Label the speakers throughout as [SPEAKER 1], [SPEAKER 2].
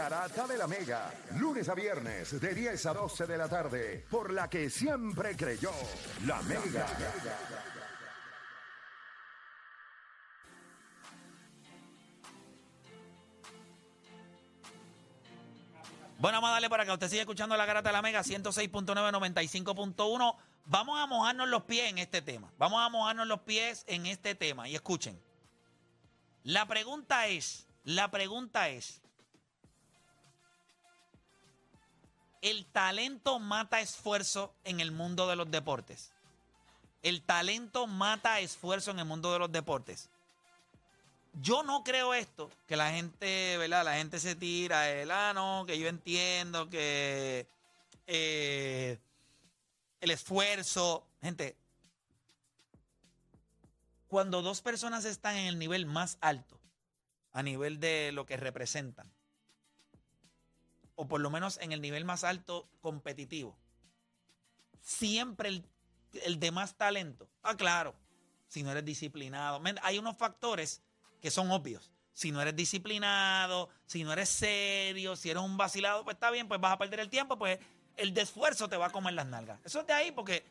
[SPEAKER 1] Garata de la Mega, lunes a viernes de 10 a 12 de la tarde, por la que siempre creyó la Mega.
[SPEAKER 2] Bueno, vamos a darle para que usted siga escuchando la garata de la Mega 106.995.1. Vamos a mojarnos los pies en este tema. Vamos a mojarnos los pies en este tema. Y escuchen. La pregunta es, la pregunta es. El talento mata esfuerzo en el mundo de los deportes. El talento mata esfuerzo en el mundo de los deportes. Yo no creo esto, que la gente, ¿verdad? La gente se tira el ano, que yo entiendo que eh, el esfuerzo. Gente, cuando dos personas están en el nivel más alto, a nivel de lo que representan, o por lo menos en el nivel más alto competitivo, siempre el, el de más talento. Ah, claro, si no eres disciplinado. Men, Hay unos factores que son obvios. Si no eres disciplinado, si no eres serio, si eres un vacilado, pues está bien, pues vas a perder el tiempo, pues el de esfuerzo te va a comer las nalgas. Eso es de ahí porque...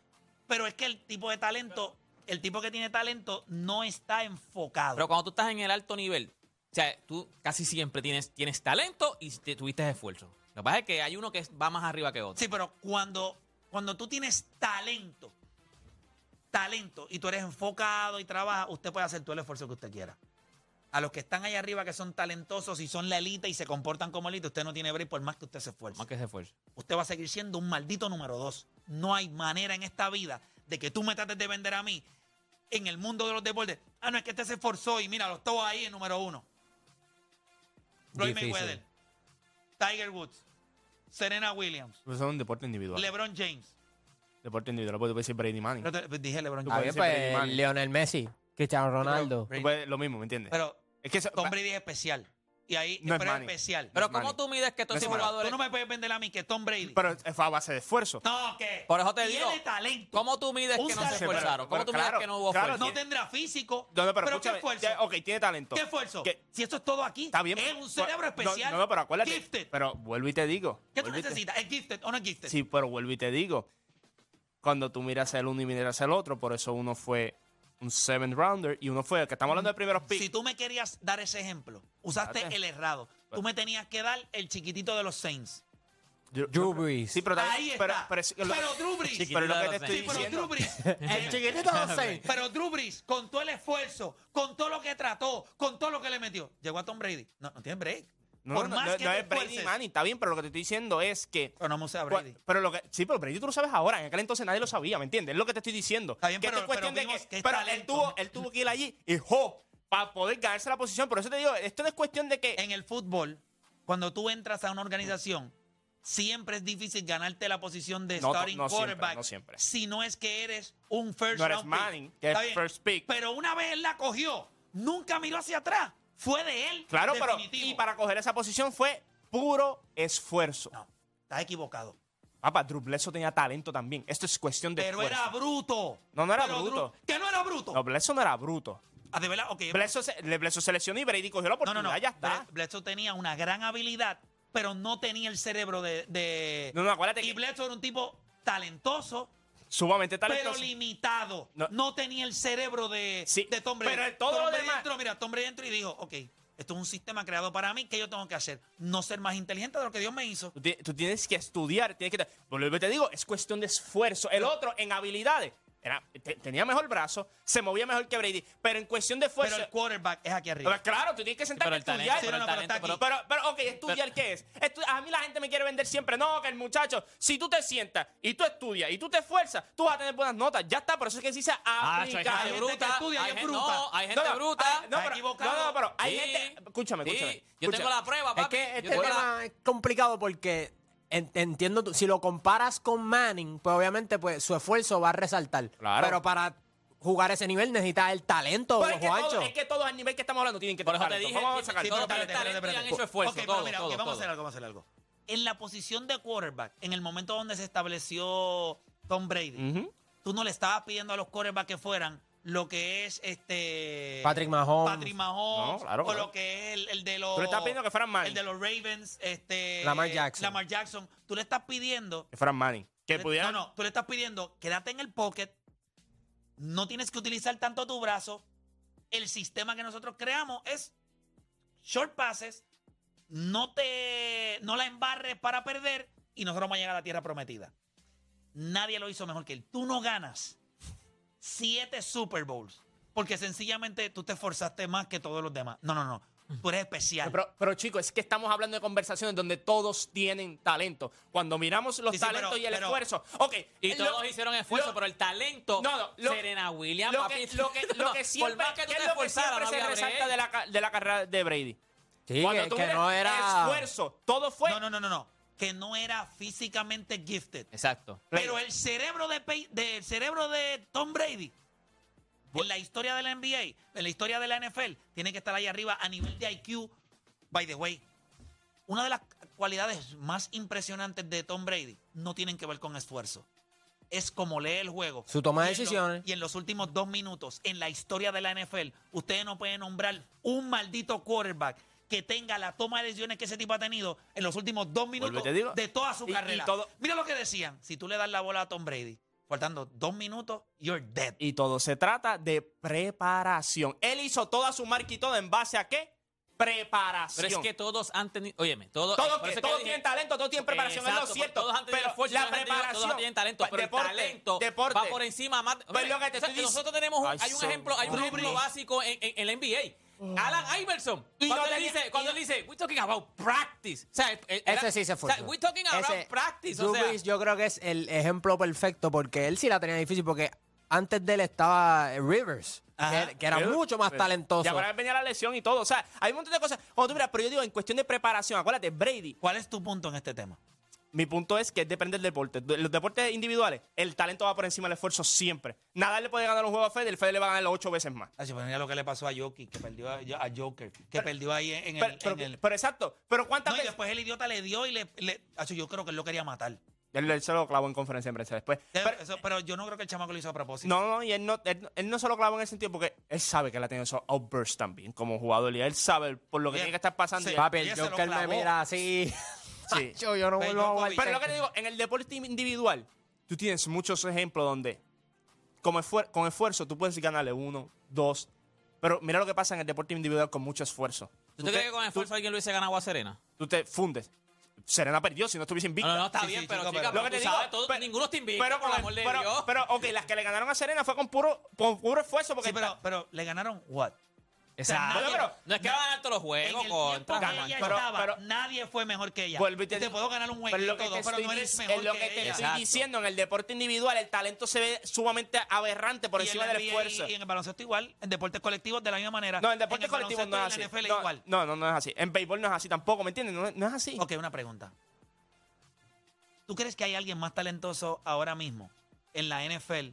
[SPEAKER 2] Pero es que el tipo de talento, el tipo que tiene talento no está enfocado.
[SPEAKER 3] Pero cuando tú estás en el alto nivel, o sea, tú casi siempre tienes, tienes talento y te- tuviste esfuerzo. Lo que pasa es que hay uno que va más arriba que otro.
[SPEAKER 2] Sí, pero cuando, cuando tú tienes talento, talento, y tú eres enfocado y trabajas, usted puede hacer todo el esfuerzo que usted quiera. A los que están allá arriba que son talentosos y son la elite y se comportan como elite, usted no tiene break por más que usted se esfuerce.
[SPEAKER 3] Más que ese esfuerzo.
[SPEAKER 2] Usted va a seguir siendo un maldito número dos. No hay manera en esta vida de que tú me trates de vender a mí en el mundo de los deportes. Ah, no, es que este se esforzó y mira, los todos ahí en número uno. Floyd
[SPEAKER 3] Difícil.
[SPEAKER 2] Mayweather, Tiger Woods, Serena Williams,
[SPEAKER 4] Eso Pues es un deporte individual.
[SPEAKER 2] LeBron James.
[SPEAKER 4] deporte individual. Pues tú puedes decir Brady Manning.
[SPEAKER 2] Pero te- pues, dije LeBron
[SPEAKER 4] Tú
[SPEAKER 5] Ah,
[SPEAKER 2] James.
[SPEAKER 4] puedes
[SPEAKER 5] bien,
[SPEAKER 4] decir Brady
[SPEAKER 5] pues
[SPEAKER 4] Manning.
[SPEAKER 5] Lionel Messi, Cristiano Ronaldo.
[SPEAKER 4] Tú puedes- lo mismo, ¿me entiendes?
[SPEAKER 2] Pero
[SPEAKER 4] es que eso,
[SPEAKER 2] Tom Brady es especial. Y ahí
[SPEAKER 4] No es
[SPEAKER 2] pero es
[SPEAKER 4] Manning.
[SPEAKER 2] especial.
[SPEAKER 3] Pero
[SPEAKER 4] es
[SPEAKER 3] ¿cómo
[SPEAKER 4] Manning.
[SPEAKER 3] tú mides que
[SPEAKER 4] No
[SPEAKER 3] estos
[SPEAKER 4] es Manning.
[SPEAKER 2] Tú
[SPEAKER 3] jugadores...
[SPEAKER 2] no me puedes vender a mí que Tom Brady.
[SPEAKER 4] pero fue a base de esfuerzo.
[SPEAKER 2] no, que
[SPEAKER 3] Por eso te digo,
[SPEAKER 2] tiene talento.
[SPEAKER 3] ¿Cómo tú mides
[SPEAKER 2] Un
[SPEAKER 3] que no se
[SPEAKER 2] talento.
[SPEAKER 3] esforzaron? ¿Cómo
[SPEAKER 4] Pero-
[SPEAKER 3] tú
[SPEAKER 4] pero
[SPEAKER 3] mides
[SPEAKER 4] claro,
[SPEAKER 3] que no hubo
[SPEAKER 4] claro,
[SPEAKER 3] esfuerzo?
[SPEAKER 2] No tendrá físico.
[SPEAKER 4] No, no, pero,
[SPEAKER 2] pero qué
[SPEAKER 4] escúchame,
[SPEAKER 2] esfuerzo.
[SPEAKER 4] ya, ok, tiene talento.
[SPEAKER 2] ¿Qué esfuerzo?
[SPEAKER 4] Que-
[SPEAKER 2] Si esto es todo aquí,
[SPEAKER 4] Está bien.
[SPEAKER 2] es un
[SPEAKER 4] pero-
[SPEAKER 2] cerebro
[SPEAKER 4] no,
[SPEAKER 2] especial.
[SPEAKER 4] No, no, pero acuérdate.
[SPEAKER 2] Gifted.
[SPEAKER 4] Pero vuelvo y te digo.
[SPEAKER 2] ¿Qué tú
[SPEAKER 4] vuelvo y te-
[SPEAKER 2] necesitas? ¿Es gifted o no es gifted?
[SPEAKER 4] Sí, pero vuelvo y te digo. Cuando tú miras el uno y miras el otro, por eso uno fue un seven rounder y uno fue, que estamos hablando de primeros picks.
[SPEAKER 2] Si tú me querías dar ese ejemplo, usaste
[SPEAKER 4] Espérate.
[SPEAKER 2] el errado. Tú me tenías que dar el chiquitito de los Saints.
[SPEAKER 4] Yo-
[SPEAKER 5] Drew Brees.
[SPEAKER 4] Sí, pero también-
[SPEAKER 2] Ahí está.
[SPEAKER 4] pero,
[SPEAKER 2] Pero,
[SPEAKER 4] pero es- lo-
[SPEAKER 2] Drew Brees.
[SPEAKER 4] Sí, pero es lo que te
[SPEAKER 3] Sí,
[SPEAKER 4] estoy
[SPEAKER 2] Sí, pero Eh, Drew
[SPEAKER 4] diciendo.
[SPEAKER 2] Brees.
[SPEAKER 5] El chiquitito no sé.
[SPEAKER 2] Pero Drew Brees, con todo el esfuerzo, con todo lo que trató, con todo lo que le metió, llegó a Tom Brady. No, no tiene break.
[SPEAKER 4] No,
[SPEAKER 2] Por
[SPEAKER 4] no,
[SPEAKER 2] más
[SPEAKER 4] no,
[SPEAKER 2] que
[SPEAKER 4] no
[SPEAKER 2] te
[SPEAKER 4] es Brady
[SPEAKER 2] esfuerces.
[SPEAKER 4] Manning, está bien, pero lo que te estoy diciendo es que
[SPEAKER 2] Pero no me a
[SPEAKER 4] Cu-
[SPEAKER 2] Brady.
[SPEAKER 4] Pero lo que, sí, pero Brady tú lo sabes ahora. En aquel entonces nadie lo sabía, ¿me entiendes? Es lo que te estoy diciendo.
[SPEAKER 2] Está bien,
[SPEAKER 4] que esto
[SPEAKER 2] pero-
[SPEAKER 4] es cuestión
[SPEAKER 2] pero
[SPEAKER 4] de
[SPEAKER 2] vimos que es
[SPEAKER 4] pero él,
[SPEAKER 2] talento.
[SPEAKER 4] tuvo, él tuvo que ir allí y jo, para poder ganarse la posición. Por eso te digo, esto no es cuestión de que.
[SPEAKER 2] En el fútbol, cuando tú entras a una organización, siempre es difícil ganarte la posición de
[SPEAKER 4] No, no,
[SPEAKER 2] starting
[SPEAKER 4] no siempre,
[SPEAKER 2] quarterback.
[SPEAKER 4] no siempre.
[SPEAKER 2] Si no es que eres un first
[SPEAKER 4] No eres
[SPEAKER 2] round pick.
[SPEAKER 4] Manning, que
[SPEAKER 2] Está
[SPEAKER 4] es
[SPEAKER 2] bien,
[SPEAKER 4] first pick.
[SPEAKER 2] Pero una vez él la cogió, nunca miró hacia atrás. Fue de él.
[SPEAKER 4] claro, pero.
[SPEAKER 2] definitivo.
[SPEAKER 4] Y para coger esa posición fue puro esfuerzo.
[SPEAKER 2] No, estás equivocado.
[SPEAKER 4] Papá, Drew Bledsoe tenía talento también. Esto es cuestión de.
[SPEAKER 2] Pero
[SPEAKER 4] esfuerzo.
[SPEAKER 2] era bruto.
[SPEAKER 4] No, no era
[SPEAKER 2] Pero
[SPEAKER 4] bruto.
[SPEAKER 2] Drew- que no era bruto.
[SPEAKER 4] No, Bledsoe no era bruto.
[SPEAKER 2] Ah, de verdad, ok.
[SPEAKER 4] Bledsoe se, le- Bledsoe se lesionó y Brady cogió la
[SPEAKER 2] No, no,
[SPEAKER 4] oportunidad.
[SPEAKER 2] no.
[SPEAKER 4] Ya está.
[SPEAKER 2] Ble- Bledsoe tenía una gran habilidad, pero no tenía el cerebro de. de-
[SPEAKER 4] No, no, acuérdate
[SPEAKER 2] y
[SPEAKER 4] que
[SPEAKER 2] Bledsoe era un tipo talentoso,
[SPEAKER 4] sumamente
[SPEAKER 2] pero
[SPEAKER 4] talentoso.
[SPEAKER 2] limitado. No,
[SPEAKER 4] No.
[SPEAKER 2] tenía el cerebro de,
[SPEAKER 4] Sí,
[SPEAKER 2] de Tom Brady.
[SPEAKER 4] pero en todo
[SPEAKER 2] Tom
[SPEAKER 4] lo
[SPEAKER 2] Brady
[SPEAKER 4] demás-
[SPEAKER 2] entró, mira, Tom Brady entró y dijo: Ok, esto es un sistema creado para mí que yo tengo que hacer. No ser más inteligente de lo que Dios me hizo.
[SPEAKER 4] Tú, ti- tú tienes que estudiar, tienes que... Vuelvo y te digo, es cuestión de esfuerzo. El otro, en habilidades, era- te- tenía mejor brazo, se movía mejor que Brady, pero en cuestión de esfuerzo...
[SPEAKER 2] Pero el quarterback es aquí arriba.
[SPEAKER 4] Pero claro, tú tienes que sentarte
[SPEAKER 3] pero
[SPEAKER 4] a
[SPEAKER 3] el talento,
[SPEAKER 4] estudiar.
[SPEAKER 2] Sí,
[SPEAKER 3] pero
[SPEAKER 2] no, no,
[SPEAKER 3] el
[SPEAKER 2] pero
[SPEAKER 3] talento,
[SPEAKER 2] está
[SPEAKER 3] pero-
[SPEAKER 2] aquí.
[SPEAKER 4] Pero, pero, ok, ¿estudiar qué es? Estu- a mí la gente me quiere vender siempre. No, que el muchacho, si tú te sientas y tú estudias y tú te esfuerzas, tú vas a tener buenas notas. Ya está, por eso es que se dice
[SPEAKER 3] Ah, hay
[SPEAKER 4] aplicar.
[SPEAKER 3] gente
[SPEAKER 2] gente que
[SPEAKER 3] bruta,
[SPEAKER 2] estudia y
[SPEAKER 3] hay
[SPEAKER 2] es
[SPEAKER 3] gen-
[SPEAKER 2] bruta.
[SPEAKER 3] no, hay gente
[SPEAKER 4] no,
[SPEAKER 3] bruta.
[SPEAKER 4] hay- no,
[SPEAKER 2] Está
[SPEAKER 4] pero,
[SPEAKER 2] equivocado.
[SPEAKER 4] no, no, pero hay
[SPEAKER 3] Sí,
[SPEAKER 4] gente... Escúchame,
[SPEAKER 3] sí.
[SPEAKER 4] escúchame.
[SPEAKER 3] Yo tengo
[SPEAKER 4] escúchame.
[SPEAKER 3] la prueba,
[SPEAKER 5] Es
[SPEAKER 3] papi.
[SPEAKER 5] que este
[SPEAKER 3] Yo tengo la-
[SPEAKER 5] tema es complicado porque en- entiendo, tú- si lo comparas con Manning, pues obviamente pues su esfuerzo va a resaltar.
[SPEAKER 4] Claro.
[SPEAKER 5] Pero para jugar ese nivel necesitas el talento,
[SPEAKER 4] Pero es Pues que,
[SPEAKER 5] Juancho.
[SPEAKER 4] todo, es que todos al nivel que estamos hablando tienen que
[SPEAKER 3] Por eso
[SPEAKER 4] tener
[SPEAKER 3] te
[SPEAKER 4] talento.
[SPEAKER 3] dije,
[SPEAKER 4] Vamos a
[SPEAKER 3] sí,
[SPEAKER 4] sacar
[SPEAKER 3] sí,
[SPEAKER 2] Sí, pero
[SPEAKER 3] todo
[SPEAKER 2] espérate,
[SPEAKER 3] el
[SPEAKER 2] espérate,
[SPEAKER 3] talento
[SPEAKER 2] espérate,
[SPEAKER 3] y han
[SPEAKER 2] espérate.
[SPEAKER 3] hecho esfuerzo,
[SPEAKER 2] Ok, pero
[SPEAKER 3] todo,
[SPEAKER 2] mira, ok,
[SPEAKER 3] todo,
[SPEAKER 2] vamos a
[SPEAKER 3] todo.
[SPEAKER 2] hacer algo, vamos a hacer algo. En la posición de quarterback, en el momento donde se estableció Tom Brady,
[SPEAKER 4] Ujú.
[SPEAKER 2] tú no le estabas pidiendo a los quarterbacks que fueran lo que es este
[SPEAKER 5] Patrick Mahomes.
[SPEAKER 2] Patrick Mahomes,
[SPEAKER 4] No, claro,
[SPEAKER 2] o
[SPEAKER 4] claro.
[SPEAKER 2] lo que es el, el de los
[SPEAKER 4] Tú le estás pidiendo que fueran Manning.
[SPEAKER 2] el de los Ravens, este
[SPEAKER 5] Lamar Jackson.
[SPEAKER 2] Lamar Jackson, tú le estás pidiendo
[SPEAKER 4] Que fueran Manning. Que
[SPEAKER 2] le-
[SPEAKER 4] pudieran.
[SPEAKER 2] No, no, tú le estás pidiendo, quédate en el pocket. No tienes que utilizar tanto tu brazo. El sistema que nosotros creamos es short passes. No te no la embarres para perder y nosotros vamos a llegar a la tierra prometida. Nadie lo hizo mejor que él. Tú no ganas siete Super Bowls porque sencillamente tú te esforzaste más que todos los demás. No, no, no. Tú eres especial.
[SPEAKER 4] Pero, pero chicos, es que estamos hablando de conversaciones donde todos tienen talento. Cuando miramos los
[SPEAKER 2] Sí, sí,
[SPEAKER 4] talentos
[SPEAKER 2] pero-
[SPEAKER 4] y el
[SPEAKER 2] pero-
[SPEAKER 4] esfuerzo. Ok.
[SPEAKER 3] Y
[SPEAKER 4] lo-
[SPEAKER 3] todos hicieron esfuerzo,
[SPEAKER 4] lo-
[SPEAKER 3] pero el talento.
[SPEAKER 4] No, no, lo-
[SPEAKER 3] Serena Williams,
[SPEAKER 4] lo
[SPEAKER 3] papi,
[SPEAKER 4] que, lo que- lo
[SPEAKER 3] no,
[SPEAKER 4] que siempre,
[SPEAKER 3] por más que tú
[SPEAKER 4] ¿qué
[SPEAKER 3] te
[SPEAKER 4] es lo que
[SPEAKER 3] esforzaras,
[SPEAKER 4] siempre
[SPEAKER 3] no
[SPEAKER 4] se
[SPEAKER 3] había
[SPEAKER 4] resalta
[SPEAKER 3] break.
[SPEAKER 4] de la, ca- de la carrera de Brady.
[SPEAKER 5] Sí,
[SPEAKER 4] Cuando
[SPEAKER 5] que,
[SPEAKER 4] tú
[SPEAKER 5] que
[SPEAKER 4] miras
[SPEAKER 5] no era.
[SPEAKER 4] esfuerzo, todo fue.
[SPEAKER 2] No, no, no, no, no. Que no era físicamente gifted.
[SPEAKER 3] Exacto.
[SPEAKER 2] Pero el cerebro de, Pey- de- el cerebro de Tom Brady, en la historia de la NBA, en la historia de la NFL, tiene que estar ahí arriba a nivel de IQ. By the way, una de las cualidades más impresionantes de Tom Brady no tienen que ver con esfuerzo. Es como lee el juego.
[SPEAKER 5] Su toma
[SPEAKER 2] Y
[SPEAKER 5] de
[SPEAKER 2] en lo-
[SPEAKER 5] decisiones.
[SPEAKER 2] y en los últimos dos minutos, en la historia de la NFL, ustedes no pueden nombrar un maldito quarterback que tenga la toma de decisiones que ese tipo ha tenido en los últimos dos minutos
[SPEAKER 4] te digo.
[SPEAKER 2] de toda su
[SPEAKER 4] Y- y
[SPEAKER 2] carrera.
[SPEAKER 4] todo-
[SPEAKER 2] Mira lo que decían. Si tú le das la bola a Tom Brady, faltando dos minutos, you're dead.
[SPEAKER 4] Y todo se trata de preparación. Él hizo toda su marca y todo en base a qué? Preparación.
[SPEAKER 3] Pero es que todos han tenido. Óyeme, todos. eh,
[SPEAKER 4] todos,
[SPEAKER 3] por eso es que
[SPEAKER 4] todos
[SPEAKER 3] dije-
[SPEAKER 4] tienen talento, todos tienen preparación,
[SPEAKER 3] Exacto,
[SPEAKER 4] es lo
[SPEAKER 3] por-
[SPEAKER 4] cierto.
[SPEAKER 3] Todos han tenido
[SPEAKER 4] pero
[SPEAKER 3] esfuerzo,
[SPEAKER 4] la
[SPEAKER 3] todos han tenido-
[SPEAKER 4] preparación, pues,
[SPEAKER 3] todos tienen talento, pero
[SPEAKER 4] deporte,
[SPEAKER 3] el talento
[SPEAKER 4] deporte.
[SPEAKER 3] va por encima más.
[SPEAKER 4] Pero lo que te
[SPEAKER 3] o sea,
[SPEAKER 4] estoy dic-
[SPEAKER 3] nosotros tenemos un,
[SPEAKER 4] Ay,
[SPEAKER 3] hay un
[SPEAKER 4] son-
[SPEAKER 3] ejemplo, hay un
[SPEAKER 4] Rudy.
[SPEAKER 3] ejemplo básico en, en- en la NBA. Alan Iverson,
[SPEAKER 4] Oh. Y
[SPEAKER 3] cuando,
[SPEAKER 4] no
[SPEAKER 3] él
[SPEAKER 4] tenía-
[SPEAKER 3] dice, cuando
[SPEAKER 4] y no-
[SPEAKER 3] él dice, we're talking about practice. O sea, eh, era-
[SPEAKER 5] Ese sí se fue.
[SPEAKER 3] O sea, we're talking about
[SPEAKER 5] Ese-
[SPEAKER 3] practice.
[SPEAKER 5] Drew
[SPEAKER 3] o sea,
[SPEAKER 5] Brees yo creo que es el ejemplo perfecto porque él sí la tenía difícil porque antes de él estaba eh, Rivers,
[SPEAKER 2] Ajá.
[SPEAKER 5] que, que era
[SPEAKER 4] Pero-
[SPEAKER 5] mucho más
[SPEAKER 4] pero-
[SPEAKER 5] talentoso.
[SPEAKER 4] Y ahora venía la lesión y todo. O sea, hay un montón de cosas. Cuando tú miras, pero yo digo, en cuestión de preparación, acuérdate, Brady,
[SPEAKER 2] ¿Cuál es tu punto en este tema?
[SPEAKER 4] mi punto es que depende del deporte. De- Los deportes individuales, el talento va por encima del esfuerzo siempre. Nada le puede ganar un juego a Fede, el Fede le va a ganar las ocho veces más.
[SPEAKER 2] Ay, pero Ah, pues mira lo que le pasó a Jokic, que perdió a, a Joker, que perdió ahí en, en
[SPEAKER 4] Pero,
[SPEAKER 2] el...
[SPEAKER 4] pero-
[SPEAKER 2] en el-
[SPEAKER 4] pero exacto, pero ¿cuántas
[SPEAKER 2] No, y
[SPEAKER 4] veces?
[SPEAKER 2] después el idiota le dio y le... le- Acho, yo creo que él lo quería matar.
[SPEAKER 4] Él, él se lo clavó en conferencia de prensa después.
[SPEAKER 2] Pero,
[SPEAKER 4] Pero-
[SPEAKER 2] eso- pero yo no creo que el chamaco lo hizo a propósito.
[SPEAKER 4] No, no, y él no, él, no- él no se lo clavó en el sentido porque él sabe que él ha tenido esos outbursts también como jugador y él sabe por lo que
[SPEAKER 2] Bien.
[SPEAKER 4] tiene que estar pasando.
[SPEAKER 2] Sí.
[SPEAKER 4] y él-
[SPEAKER 5] Papi,
[SPEAKER 2] Ella
[SPEAKER 5] el
[SPEAKER 2] se lo
[SPEAKER 5] Joker me
[SPEAKER 2] clavó.
[SPEAKER 5] mira así.
[SPEAKER 4] Sí.
[SPEAKER 5] Yo, yo no
[SPEAKER 2] Pero
[SPEAKER 5] vuelvo a
[SPEAKER 2] Djokovic-
[SPEAKER 5] jugar.
[SPEAKER 4] Pero lo que te digo, en el deporte individual, tú tienes muchos ejemplos donde con, esfuer- con esfuerzo tú puedes ganarle uno, dos. Pero mira lo que pasa en el deporte individual con mucho esfuerzo.
[SPEAKER 3] ¿Tú te crees que con esfuerzo alguien lo hubiese ganado a Serena?
[SPEAKER 4] Tú te fundes. Serena perdió si no estuviese
[SPEAKER 3] No,
[SPEAKER 4] invicta.
[SPEAKER 3] no, no, está
[SPEAKER 2] Sí,
[SPEAKER 3] bien,
[SPEAKER 2] sí,
[SPEAKER 3] pero
[SPEAKER 2] chico,
[SPEAKER 3] chica,
[SPEAKER 2] pero-
[SPEAKER 3] pero tú sabes, todos- ninguno está invicto,
[SPEAKER 4] pero,
[SPEAKER 3] por
[SPEAKER 4] con
[SPEAKER 3] el
[SPEAKER 4] el-
[SPEAKER 3] amor de
[SPEAKER 4] pero,
[SPEAKER 3] Dios.
[SPEAKER 4] pero, ok, las que le ganaron a Serena fue con puro, con puro esfuerzo. Porque
[SPEAKER 2] Sí, pero, pero le ganaron what?
[SPEAKER 3] Exacto.
[SPEAKER 4] Bueno, pero-
[SPEAKER 3] no es que va a ganar todos los
[SPEAKER 2] En
[SPEAKER 3] juegos
[SPEAKER 2] el tiempo
[SPEAKER 3] contra.
[SPEAKER 2] que
[SPEAKER 3] Juan.
[SPEAKER 2] ella
[SPEAKER 4] pero-
[SPEAKER 2] estaba,
[SPEAKER 4] pero-
[SPEAKER 2] nadie fue mejor que ella.
[SPEAKER 4] Vuelvo y
[SPEAKER 2] te,
[SPEAKER 4] te digo-
[SPEAKER 2] puedo ganar un juego
[SPEAKER 4] Pero
[SPEAKER 2] pero,
[SPEAKER 4] lo que te
[SPEAKER 2] pero
[SPEAKER 4] estoy,
[SPEAKER 2] no eres
[SPEAKER 4] dic-
[SPEAKER 2] mejor
[SPEAKER 4] es lo
[SPEAKER 2] que, este.
[SPEAKER 4] que, te
[SPEAKER 2] ella.
[SPEAKER 4] estoy
[SPEAKER 3] Exacto.
[SPEAKER 4] diciendo, en el deporte individual el talento se ve sumamente aberrante por
[SPEAKER 2] Y en
[SPEAKER 4] encima
[SPEAKER 2] la
[SPEAKER 4] del
[SPEAKER 2] NBA
[SPEAKER 4] esfuerzo.
[SPEAKER 2] Y en el baloncesto igual, en deportes colectivos de la misma manera.
[SPEAKER 4] No, en deporte
[SPEAKER 2] el
[SPEAKER 4] colectivo no es así.
[SPEAKER 2] baloncesto y en la NFL
[SPEAKER 4] no,
[SPEAKER 2] igual.
[SPEAKER 4] no, no, no es así. En béisbol no es así tampoco, ¿me entiendes? No, es- no es así.
[SPEAKER 2] Ok, una pregunta. ¿Tú crees que hay alguien más talentoso ahora mismo en la NFL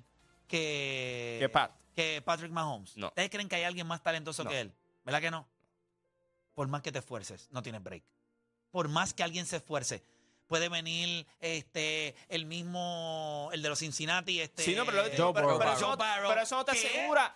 [SPEAKER 2] que,
[SPEAKER 4] Que Pat.
[SPEAKER 2] que Patrick Mahomes?
[SPEAKER 4] No.
[SPEAKER 2] ¿Ustedes creen que hay alguien más talentoso
[SPEAKER 4] No.
[SPEAKER 2] que él? ¿Verdad que no? Por más que te esfuerces, no tienes break. Por más que alguien se esfuerce, puede venir este el mismo, el de los Cincinnati, este.
[SPEAKER 4] Sí, no, pero, lo que te
[SPEAKER 5] Joe
[SPEAKER 4] digo, pero- pero
[SPEAKER 5] Burrow.
[SPEAKER 4] eso, no,
[SPEAKER 2] Burrow,
[SPEAKER 4] pero eso no te
[SPEAKER 2] que
[SPEAKER 4] asegura.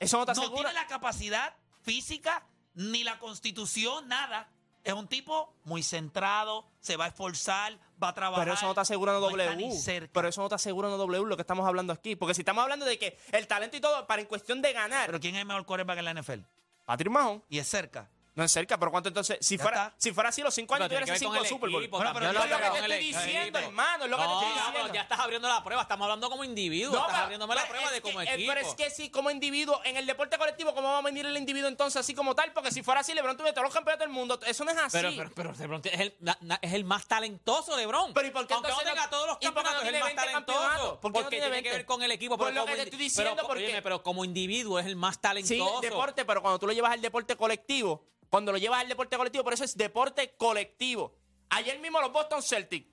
[SPEAKER 4] Eso no te
[SPEAKER 2] no
[SPEAKER 4] asegura.
[SPEAKER 2] tiene la capacidad física ni la constitución, nada. Es un tipo muy centrado, se va a esforzar, va a trabajar.
[SPEAKER 4] Pero eso no te asegura una
[SPEAKER 2] está
[SPEAKER 4] W.
[SPEAKER 2] ni cerca.
[SPEAKER 4] pero eso no te asegura una W lo que estamos hablando aquí. Porque si estamos hablando de que el talento y todo, para en cuestión de ganar.
[SPEAKER 2] Pero ¿quién es el mejor quarterback en la NFL?
[SPEAKER 4] Patrick Mahomes
[SPEAKER 2] Y es cerca.
[SPEAKER 4] no es cerca, pero cuánto entonces. Si,
[SPEAKER 2] Ya
[SPEAKER 4] fuera,
[SPEAKER 2] está.
[SPEAKER 4] si fuera así, los cinco años
[SPEAKER 3] Pero tiene
[SPEAKER 4] tuvieras
[SPEAKER 3] que ver con
[SPEAKER 4] cinco
[SPEAKER 3] el
[SPEAKER 4] Super Bowl.
[SPEAKER 3] equipo
[SPEAKER 2] Bueno,
[SPEAKER 3] también,
[SPEAKER 2] pero
[SPEAKER 3] tiene
[SPEAKER 2] es lo
[SPEAKER 3] ver
[SPEAKER 2] que
[SPEAKER 3] con
[SPEAKER 2] te
[SPEAKER 3] el
[SPEAKER 4] estoy
[SPEAKER 3] equipo.
[SPEAKER 4] diciendo, hermano, es lo que te
[SPEAKER 3] No,
[SPEAKER 4] estoy
[SPEAKER 3] pero
[SPEAKER 4] diciendo.
[SPEAKER 3] ya estás abriendo la prueba, estamos hablando como individuo,
[SPEAKER 4] No,
[SPEAKER 3] estás
[SPEAKER 4] pero-
[SPEAKER 3] abriéndome la
[SPEAKER 4] pero
[SPEAKER 3] prueba
[SPEAKER 4] es
[SPEAKER 3] de como
[SPEAKER 4] que- eh,
[SPEAKER 3] equipo.
[SPEAKER 4] Pero es que sí, como individuo, en el deporte colectivo, ¿cómo va a venir el individuo entonces así como tal? Porque si fuera así, LeBron tuviera todos los campeonatos del mundo. Eso no es así.
[SPEAKER 3] Pero, pero, pero LeBron es el, na- na- es el más talentoso, LeBron.
[SPEAKER 4] Pero, ¿y por qué
[SPEAKER 3] Aunque no
[SPEAKER 4] entonces
[SPEAKER 3] tenga
[SPEAKER 4] no-
[SPEAKER 3] todos los
[SPEAKER 4] y por qué no
[SPEAKER 3] campeonatos, es el
[SPEAKER 4] tiene
[SPEAKER 3] más
[SPEAKER 4] 20
[SPEAKER 3] talentoso.
[SPEAKER 4] campeonatos? ¿Por qué no
[SPEAKER 3] porque
[SPEAKER 4] tiene
[SPEAKER 3] tiene que
[SPEAKER 4] 20?
[SPEAKER 3] ver con el equipo.
[SPEAKER 4] Por
[SPEAKER 3] pero
[SPEAKER 4] lo
[SPEAKER 3] como
[SPEAKER 4] que te
[SPEAKER 3] indi-
[SPEAKER 4] estoy diciendo,
[SPEAKER 3] pero,
[SPEAKER 4] porque-
[SPEAKER 3] óyeme, pero como individuo es el más
[SPEAKER 4] sí,
[SPEAKER 3] talentoso.
[SPEAKER 4] deporte, pero cuando tú lo llevas al deporte colectivo, cuando lo llevas al deporte colectivo, por eso es deporte colectivo. Ayer mismo los Boston Celtics,